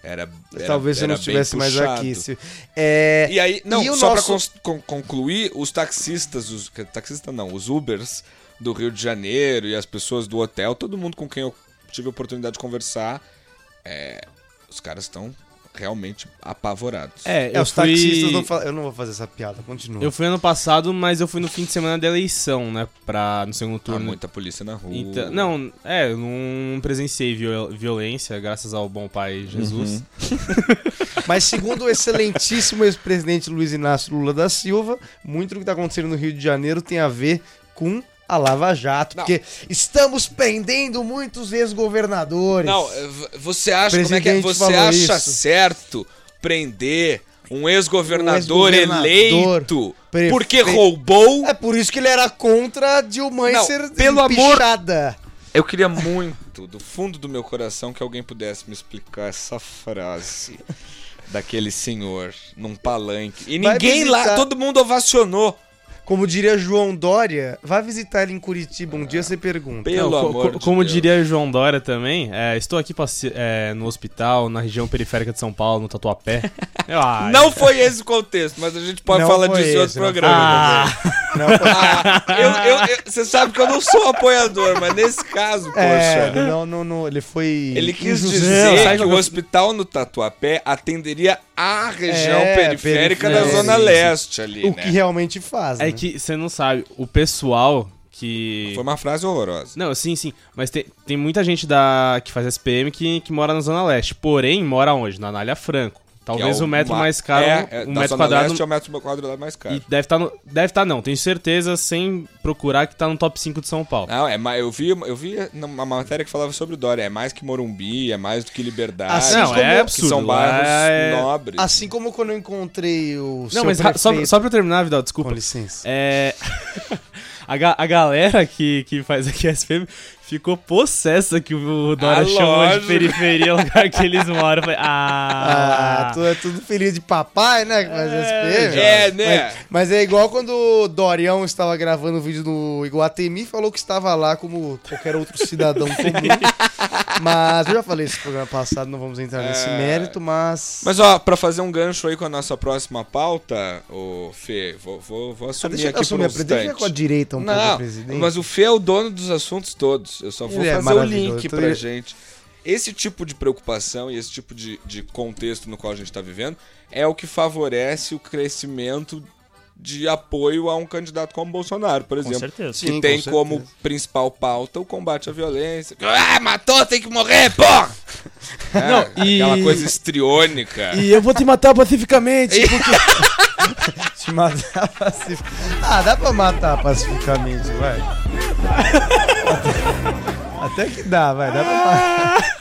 Speaker 4: Era, era
Speaker 5: Talvez eu
Speaker 4: era
Speaker 5: não
Speaker 4: bem
Speaker 5: estivesse mais
Speaker 4: puxado.
Speaker 5: aqui. se- É,
Speaker 4: E aí, não,
Speaker 5: E o
Speaker 4: só
Speaker 5: nosso-
Speaker 4: pra cons- con- concluir, os taxistas, os taxista não, os Ubers do Rio de Janeiro e as pessoas do hotel, todo mundo com quem eu tive a oportunidade de conversar, é, os caras estão realmente apavorados.
Speaker 6: É,
Speaker 5: É,
Speaker 6: eu
Speaker 5: os
Speaker 6: fui...
Speaker 5: taxistas não falam. Eu não vou fazer essa piada, continua.
Speaker 6: Eu fui ano passado, mas eu fui no fim de semana da eleição, né? Pra, no segundo
Speaker 4: Há
Speaker 6: turno.
Speaker 4: Tá muita polícia na rua.
Speaker 6: Então, não, é, eu não presenciei viol- violência, graças ao bom pai Jesus.
Speaker 5: Mas segundo o excelentíssimo ex-presidente Luiz Inácio Lula da Silva, muito do que está acontecendo no Rio de Janeiro tem a ver com a Lava Jato.
Speaker 4: Não.
Speaker 5: Porque estamos pendendo muitos ex-governadores.
Speaker 4: Não, eh, v- você acha como é que é?
Speaker 5: Presidente
Speaker 4: Você
Speaker 5: falou
Speaker 4: acha
Speaker 5: isso.
Speaker 4: certo prender um ex-governador
Speaker 5: Um ex-governador,
Speaker 4: eleito
Speaker 5: prefeito.
Speaker 4: porque roubou?
Speaker 5: É por isso que ele era contra a Dilma
Speaker 4: Não,
Speaker 5: ser
Speaker 4: pelo amor-
Speaker 5: empichada.
Speaker 4: Eu queria muito, do fundo do meu coração, que alguém pudesse me explicar essa frase daquele senhor num palanque. E
Speaker 5: Vai
Speaker 4: ninguém lá,
Speaker 5: visitar-
Speaker 4: todo mundo ovacionou.
Speaker 5: Como diria João Dória, vá visitar ele em Curitiba um dia você pergunta.
Speaker 4: Pelo
Speaker 6: Não, co-
Speaker 4: amor
Speaker 6: co-
Speaker 4: de
Speaker 6: Como
Speaker 4: Deus.
Speaker 6: diria João Dória também, é, estou aqui passe- é, no hospital, na região periférica de São Paulo, no Tatuapé. Eu, ai,
Speaker 4: Não foi esse o contexto, mas a gente pode
Speaker 5: Não
Speaker 4: falar
Speaker 5: foi
Speaker 4: disso em outro
Speaker 5: esse, não foi
Speaker 4: programa. né?
Speaker 6: Ah,
Speaker 5: Não, pode-
Speaker 4: Você sabe que Ah, eu não sou apoiador, mas nesse caso, poxa.
Speaker 5: é, não, não, não, ele foi.
Speaker 4: Ele quis
Speaker 5: injusto.
Speaker 4: dizer
Speaker 6: sabe
Speaker 4: que
Speaker 6: qual
Speaker 4: o
Speaker 6: que eu-
Speaker 4: hospital no Tatuapé atenderia a região
Speaker 5: É,
Speaker 4: periférica da
Speaker 5: periférica,
Speaker 4: Zona
Speaker 5: sim, sim.
Speaker 4: Leste ali,
Speaker 5: o
Speaker 4: né?
Speaker 5: que realmente faz.
Speaker 6: é
Speaker 5: né?
Speaker 6: que você não sabe, o pessoal que.
Speaker 4: Foi uma frase horrorosa.
Speaker 6: Não, sim, sim. Mas tem, tem muita gente da que faz SPM que, que mora na Zona Leste. Porém, mora onde? Na Anália Franco. Talvez
Speaker 4: Que é
Speaker 6: o metro
Speaker 4: ma-
Speaker 6: mais caro,
Speaker 4: é, é,
Speaker 6: um
Speaker 4: da
Speaker 6: metro
Speaker 4: Zona
Speaker 6: quadrado.
Speaker 4: Leste é o metro quadrado mais caro.
Speaker 6: E deve estar no. Deve estar não, tenho certeza, sem procurar que tá no top 5 de São Paulo.
Speaker 4: Não, é mais, eu vi, eu vi uma matéria que falava sobre o Dória. É mais que Morumbi, é mais do que Liberdade.
Speaker 5: Assim
Speaker 6: não, é
Speaker 4: que
Speaker 6: absurdo.
Speaker 4: são bairros
Speaker 6: lá é-
Speaker 4: nobres.
Speaker 5: Assim como quando eu encontrei o
Speaker 6: Não,
Speaker 5: seu
Speaker 6: mas ra- só,
Speaker 5: prefeito-
Speaker 6: só pra eu terminar, Vidal,
Speaker 5: Com
Speaker 6: desculpa.
Speaker 5: licença.
Speaker 6: É. A, ga- a galera que, que faz aqui a SPM ficou possessa que o Dória
Speaker 4: Ah,
Speaker 6: chamou de
Speaker 4: lógico.
Speaker 6: periferia o lugar que eles moram. Eu falei, ah,
Speaker 5: Ah, tu é tudo feliz de papai, né? que faz SPM.
Speaker 4: é, né?
Speaker 5: Mas, mas é igual quando o Dorião estava gravando o vídeo do Iguatemi e falou que estava lá como qualquer outro cidadão comum. Mas eu já falei isso no programa passado, não vamos entrar nesse
Speaker 4: É.
Speaker 5: mérito, mas.
Speaker 4: Mas ó, pra fazer um gancho aí com a nossa próxima pauta, ô Fê, vou, vou, vou
Speaker 5: Ah,
Speaker 4: assumir
Speaker 5: deixa eu
Speaker 4: aqui por um
Speaker 5: assumir a pre- deixa eu
Speaker 4: instante.
Speaker 5: ficar com a direita um pouco,
Speaker 4: Não,
Speaker 5: presidente.
Speaker 4: mas o Fê é o dono dos assuntos todos. Eu só vou
Speaker 5: Ele é
Speaker 4: fazer o
Speaker 5: maravilhoso.
Speaker 4: link
Speaker 5: Então
Speaker 4: pra
Speaker 5: ele-
Speaker 4: gente. Esse tipo de preocupação e esse tipo de, de contexto no qual a gente tá vivendo é o que favorece o crescimento de apoio a um candidato como Bolsonaro, por
Speaker 3: Com
Speaker 4: exemplo.
Speaker 3: certeza.
Speaker 5: Sim,
Speaker 4: Que tem
Speaker 5: com
Speaker 4: como
Speaker 5: certeza.
Speaker 4: principal pauta o combate à violência. Ah, matou, tem que morrer, porra! É,
Speaker 6: Não, e-
Speaker 4: Aquela coisa estriônica.
Speaker 6: E eu vou te matar pacificamente.
Speaker 5: Te matar pacificamente. Ah, dá pra matar pacificamente, vai. Até que dá, vai. Dá pra matar.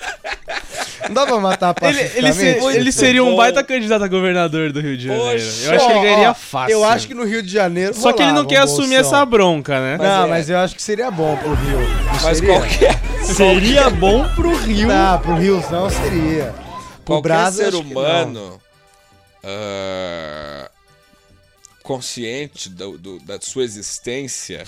Speaker 5: Não dá pra matar
Speaker 6: Ele,
Speaker 5: pacificamente. tipo,
Speaker 6: ele, se-
Speaker 5: é.
Speaker 6: ele seria um
Speaker 4: bom.
Speaker 6: baita candidato a governador do Rio de Janeiro.
Speaker 4: Poxa.
Speaker 6: eu acho que ele ganharia
Speaker 5: Ó, ó,
Speaker 6: fácil.
Speaker 5: Eu acho que no Rio de Janeiro.
Speaker 6: Só que ele não
Speaker 5: rolava
Speaker 6: quer
Speaker 5: um
Speaker 6: assumir
Speaker 5: bolsão.
Speaker 6: essa bronca, né?
Speaker 5: Não,
Speaker 4: é.
Speaker 5: mas eu acho que seria bom pro Rio. Não
Speaker 4: Mas
Speaker 5: seria?
Speaker 4: qualquer,
Speaker 3: Seria bom pro Rio.
Speaker 5: Tá, pro Rio não seria. Pro
Speaker 4: qualquer
Speaker 5: Brasil,
Speaker 4: ser
Speaker 5: acho que não.
Speaker 4: humano ah, consciente do- do- da sua existência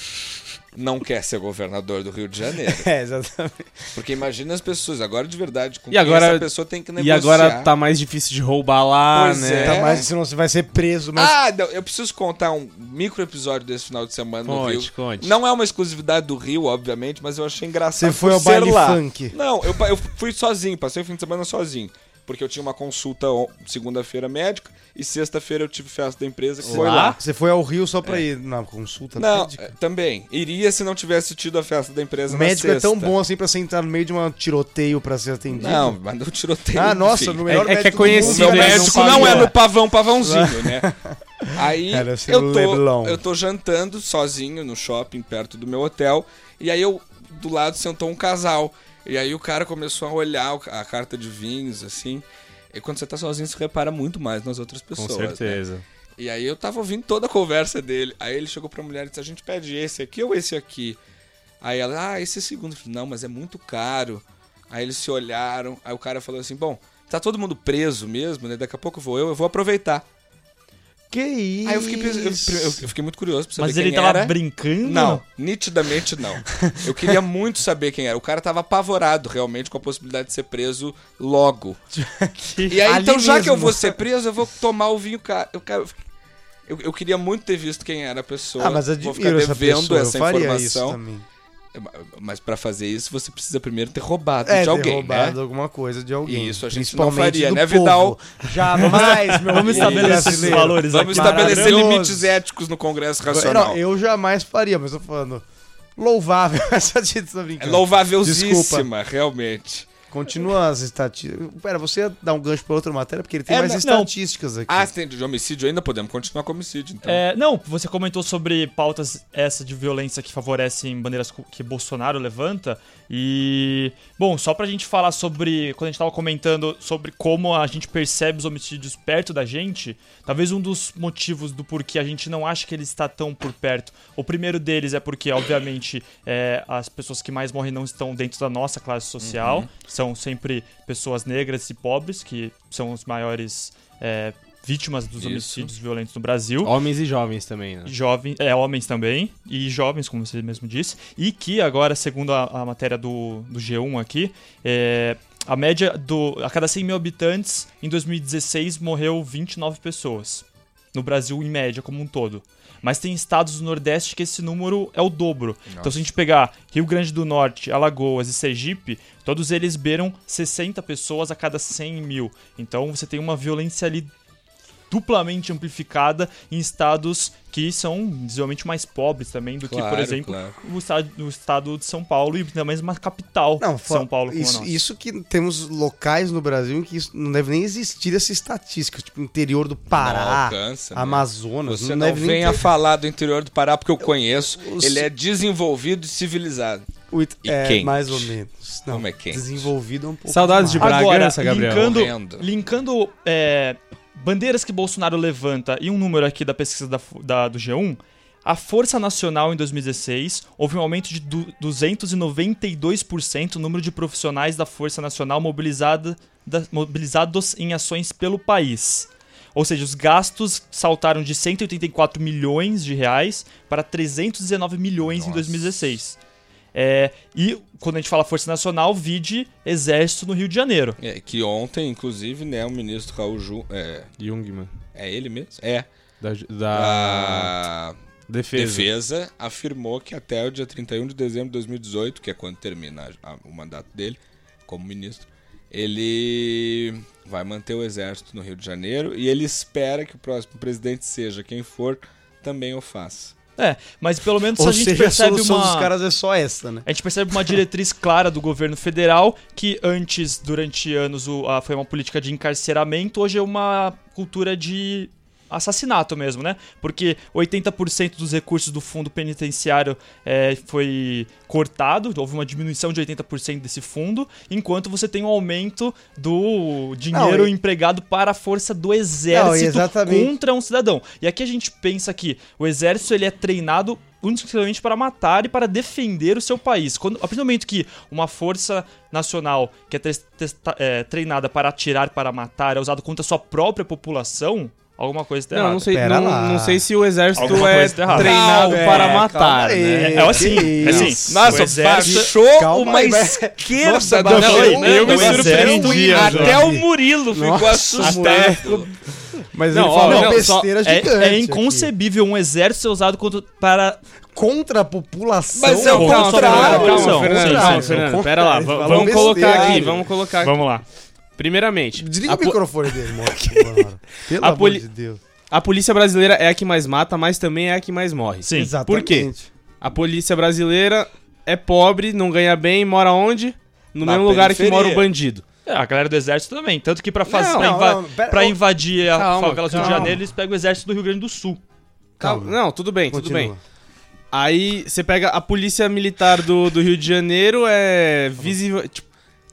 Speaker 4: não quer ser governador do Rio de Janeiro.
Speaker 5: É, exatamente.
Speaker 4: Porque imagina as pessoas, agora de verdade, com
Speaker 6: E
Speaker 4: quem
Speaker 6: agora-
Speaker 4: essa pessoa tem que
Speaker 6: e
Speaker 4: negociar.
Speaker 6: agora tá mais difícil de roubar lá,
Speaker 4: Pois
Speaker 6: né?
Speaker 4: é.
Speaker 5: Tá mais, senão você vai ser preso, mas.
Speaker 4: Ah, não, eu preciso contar um micro episódio desse final de semana no
Speaker 6: Conte,
Speaker 4: Rio.
Speaker 6: conte.
Speaker 4: Não é uma exclusividade do Rio, obviamente, mas eu achei engraçado.
Speaker 5: Você foi
Speaker 4: por
Speaker 5: ao
Speaker 4: ser
Speaker 5: baile
Speaker 4: lá.
Speaker 5: funk.
Speaker 4: Não, eu, pa- eu fui sozinho, passei o fim de semana sozinho. Porque eu tinha uma consulta on- segunda-feira médica e sexta-feira eu tive festa da empresa que foi lá.
Speaker 5: Você foi ao Rio só pra ir na consulta
Speaker 4: Não,
Speaker 5: Tá médica?
Speaker 4: eh, também. Iria se não tivesse tido a festa da empresa
Speaker 5: O
Speaker 4: na
Speaker 5: médico é tão
Speaker 4: sexta.
Speaker 5: bom assim pra você entrar no meio de um tiroteio pra ser atendido.
Speaker 4: Não, mas eu tiroteio.
Speaker 5: Ah, nossa,
Speaker 4: enfim.
Speaker 5: no melhor
Speaker 6: É- é que é
Speaker 5: médico do
Speaker 4: O
Speaker 5: mundo,
Speaker 6: conhecido,
Speaker 4: meu
Speaker 6: Sim,
Speaker 5: né?
Speaker 6: eles não
Speaker 4: médico não,
Speaker 6: pagam.
Speaker 4: é no pavão, pavãozinho, né? Aí
Speaker 5: Era assim,
Speaker 4: eu tô,
Speaker 5: Leblon.
Speaker 4: eu tô jantando sozinho no shopping perto do meu hotel. E aí eu do lado sentou um casal. E aí o cara começou a olhar o- a carta de vinhos, assim. E quando você tá sozinho, você repara muito mais nas outras pessoas.
Speaker 6: Com certeza.
Speaker 4: né? E aí eu tava ouvindo toda a conversa dele. Aí ele chegou pra mulher e disse: A gente pede esse aqui ou esse aqui? Aí ela, ah, esse é segundo. Eu falei, não, mas é muito caro. Aí eles se olharam. Aí o cara falou assim: bom, tá todo mundo preso mesmo, né? Daqui a pouco vou eu, eu vou aproveitar.
Speaker 5: Que isso?
Speaker 4: Aí eu fiquei, pens- eu, eu- eu fiquei muito curioso pra saber
Speaker 3: Mas
Speaker 4: quem
Speaker 3: ele tava
Speaker 4: era.
Speaker 3: brincando?
Speaker 4: Não, nitidamente não. Eu queria muito saber quem era. O cara tava apavorado realmente com a possibilidade de ser preso logo. E aí,
Speaker 5: Ali
Speaker 4: então, já que eu
Speaker 5: mesmo.
Speaker 4: vou ser preso, eu vou tomar o vinho caro. Eu quero... Eu, eu queria muito ter visto quem era a pessoa.
Speaker 5: Ah, mas
Speaker 4: Vou ficar
Speaker 5: admiro essa
Speaker 4: devendo
Speaker 5: pessoa,
Speaker 4: essa
Speaker 5: eu faria isso
Speaker 4: informação.
Speaker 5: também.
Speaker 4: Mas pra fazer isso, você precisa primeiro ter roubado
Speaker 5: É,
Speaker 4: de alguém,
Speaker 5: ter roubado
Speaker 4: né?
Speaker 5: alguma coisa de alguém.
Speaker 4: E isso a gente
Speaker 5: principalmente
Speaker 4: não faria,
Speaker 5: do
Speaker 4: né,
Speaker 5: povo.
Speaker 4: Vidal?
Speaker 5: Jamais, meu
Speaker 3: Vamos
Speaker 5: amigo
Speaker 3: estabelecer esses
Speaker 5: brasileiro.
Speaker 3: valores aqui.
Speaker 4: Vamos estabelecer
Speaker 5: Maravilhoso.
Speaker 4: limites éticos no Congresso Racional.
Speaker 5: Não, eu jamais faria, mas eu tô falando. Louvável essa atitude, tô
Speaker 4: É
Speaker 5: brincando.
Speaker 4: louvávelzíssima, realmente.
Speaker 5: Continua as estatísticas. Pera, você dá um gancho pra outra matéria, porque ele tem
Speaker 3: É,
Speaker 5: mais
Speaker 3: não.
Speaker 5: estatísticas aqui.
Speaker 4: Ah, se tem de homicídio ainda, podemos continuar com homicídio, então.
Speaker 3: É, não, você comentou sobre pautas essa de violência que favorecem bandeiras co- que Bolsonaro levanta. E. Bom, só pra gente falar sobre. Quando a gente tava comentando sobre como a gente percebe os homicídios perto da gente, talvez um dos motivos do porquê a gente não acha que ele está tão por perto. O primeiro deles é porque, obviamente, é, as pessoas que mais morrem não estão dentro da nossa classe social.
Speaker 4: Uhum.
Speaker 3: São sempre pessoas negras e pobres, que são os maiores. é, vítimas dos
Speaker 4: Isso.
Speaker 3: homicídios violentos no Brasil
Speaker 6: Homens e jovens também, né?
Speaker 3: jovens, é, homens também, e jovens, como você mesmo disse, e que agora, segundo a, a matéria do, do G1 aqui, é, a média do. A cada 100 mil habitantes, em 2016, morreu 29 pessoas. No Brasil, em média, como um todo. Mas tem estados do Nordeste que esse número é o dobro. Então, se a gente pegar Rio Grande do Norte, Alagoas e Sergipe, todos eles beiram 60 pessoas a cada 100 mil. Então, você tem uma violência ali duplamente amplificada em estados que são visivelmente mais pobres também do que, por
Speaker 4: Claro,
Speaker 3: exemplo,
Speaker 4: claro.
Speaker 3: o, estado, o estado de São Paulo e ainda mais uma capital
Speaker 5: Não, fa-
Speaker 3: São Paulo como a
Speaker 5: isso,
Speaker 3: nossa.
Speaker 5: isso que temos locais no Brasil em que isso não deve nem existir essa estatística, tipo interior do
Speaker 4: Não
Speaker 5: Pará,
Speaker 4: alcança, né?
Speaker 5: Amazonas,
Speaker 4: Você
Speaker 5: não
Speaker 4: não
Speaker 5: deve nem
Speaker 4: vem a
Speaker 5: ter-
Speaker 4: falar do interior do Pará porque eu conheço.
Speaker 5: os-
Speaker 4: Ele é desenvolvido e civilizado.
Speaker 5: o it-
Speaker 4: e
Speaker 5: é,
Speaker 4: quente.
Speaker 5: mais ou menos. Não,
Speaker 4: Como é quente.
Speaker 5: Desenvolvido é um pouco.
Speaker 6: Saudades de
Speaker 5: demais.
Speaker 3: Agora,
Speaker 6: Bragança, Gabriel.
Speaker 3: linkando,
Speaker 4: Correndo.
Speaker 3: linkando é, bandeiras que Bolsonaro levanta e um número aqui da pesquisa da, F- da- do G1, a Força Nacional em 2016 houve um aumento de du- 292% no número de profissionais da Força Nacional mobilizada, da- mobilizados em ações pelo país. Ou seja, os gastos saltaram de 184 milhões de reais para 319 milhões em 2016. É, e quando a gente fala Força Nacional, vide Exército no Rio de Janeiro.
Speaker 4: É, que ontem, inclusive, né, o ministro Raul Ju... É,
Speaker 6: Jungmann.
Speaker 4: é ele mesmo? É.
Speaker 6: Da, da
Speaker 5: Ah.
Speaker 4: A
Speaker 6: defesa.
Speaker 4: Ah, defesa afirmou que até o dia 31 de dezembro de 2018, que é quando termina a- a- o mandato dele como ministro, ele vai manter o exército no Rio de Janeiro e ele espera que o próximo presidente seja quem for, também o faça.
Speaker 3: É, mas pelo menos
Speaker 5: Ou
Speaker 3: a gente
Speaker 5: seja, a
Speaker 3: percebe
Speaker 5: solução
Speaker 3: uma.
Speaker 5: dos caras é só essa, né?
Speaker 3: A gente percebe uma diretriz clara do governo federal, que antes, durante anos, o- a- foi uma política de encarceramento, hoje é uma cultura de assassinato mesmo, né? Porque 80% dos recursos do fundo penitenciário é, foi cortado, houve uma diminuição de 80% desse fundo, enquanto você tem um aumento do dinheiro
Speaker 5: e-
Speaker 3: empregado para a força do exército
Speaker 5: exatamente.
Speaker 3: contra um cidadão. E aqui a gente pensa que o exército ele é treinado unicamente para matar e para defender o seu país. Quando, a partir do momento que uma força nacional que é, tres- testa- é, treinada para atirar, para matar, é usado contra a sua própria população, alguma coisa está
Speaker 6: Não,
Speaker 3: errada.
Speaker 6: não sei,
Speaker 5: Pera
Speaker 6: não,
Speaker 5: lá.
Speaker 6: não sei se o exército
Speaker 3: Alguma
Speaker 6: é
Speaker 3: coisa tá errada.
Speaker 6: treinado
Speaker 5: Calma,
Speaker 6: para
Speaker 5: é,
Speaker 6: matar,
Speaker 5: calma aí.
Speaker 6: né?
Speaker 3: É, é assim, é assim.
Speaker 5: Isso.
Speaker 3: o
Speaker 4: Nossa,
Speaker 3: exército...
Speaker 4: baixou
Speaker 5: Calma
Speaker 4: uma
Speaker 5: aí, vai.
Speaker 4: esquerda
Speaker 5: Nossa,
Speaker 4: da
Speaker 5: baixou.
Speaker 4: Fernanda.
Speaker 5: Eu
Speaker 3: me surpreendi,
Speaker 4: Até
Speaker 5: um Jorge.
Speaker 4: o Murilo ficou
Speaker 5: Nossa,
Speaker 4: assustado.
Speaker 5: Mas
Speaker 6: Não,
Speaker 5: ele
Speaker 6: ó,
Speaker 5: fala
Speaker 6: não,
Speaker 5: uma besteira
Speaker 3: É,
Speaker 5: gigante.
Speaker 3: é
Speaker 5: aqui.
Speaker 3: inconcebível um exército ser usado contra, para.
Speaker 5: Contra a população.
Speaker 4: Mas é o
Speaker 5: contra a
Speaker 4: contrário.
Speaker 5: população.
Speaker 3: Calma,
Speaker 6: Fernando,
Speaker 3: sim,
Speaker 6: calma,
Speaker 3: sim.
Speaker 6: Fernando, pera lá, va-
Speaker 5: Falou
Speaker 6: vamos colocar
Speaker 5: besteira.
Speaker 6: aqui, vamos colocar aqui.
Speaker 3: Vamos lá.
Speaker 6: Primeiramente,
Speaker 5: Desliga
Speaker 6: a,
Speaker 5: o
Speaker 6: po-
Speaker 5: microfone dele, mano. Pelo
Speaker 6: A
Speaker 5: amor
Speaker 6: poli-
Speaker 5: de Deus.
Speaker 6: a polícia brasileira é a que mais mata, mas também é a que mais morre.
Speaker 3: Sim.
Speaker 5: Exatamente.
Speaker 6: Por quê? A polícia brasileira é pobre, não ganha bem, mora onde? No
Speaker 4: Na
Speaker 6: mesmo lugar que
Speaker 4: periferia.
Speaker 6: mora o bandido.
Speaker 3: É, a galera do exército também. Tanto que pra, fazer,
Speaker 6: Não,
Speaker 3: pra,
Speaker 5: não,
Speaker 3: inva-
Speaker 5: não, pera-
Speaker 3: pra
Speaker 5: ô,
Speaker 3: invadir a
Speaker 6: calma,
Speaker 3: favela do Rio de
Speaker 6: calma.
Speaker 3: Janeiro, eles pegam o exército do Rio Grande do Sul.
Speaker 5: Calma.
Speaker 6: Não, tudo bem, tudo
Speaker 5: Continua.
Speaker 6: bem. Aí você pega a polícia militar do, do Rio de Janeiro, é visível. Tipo,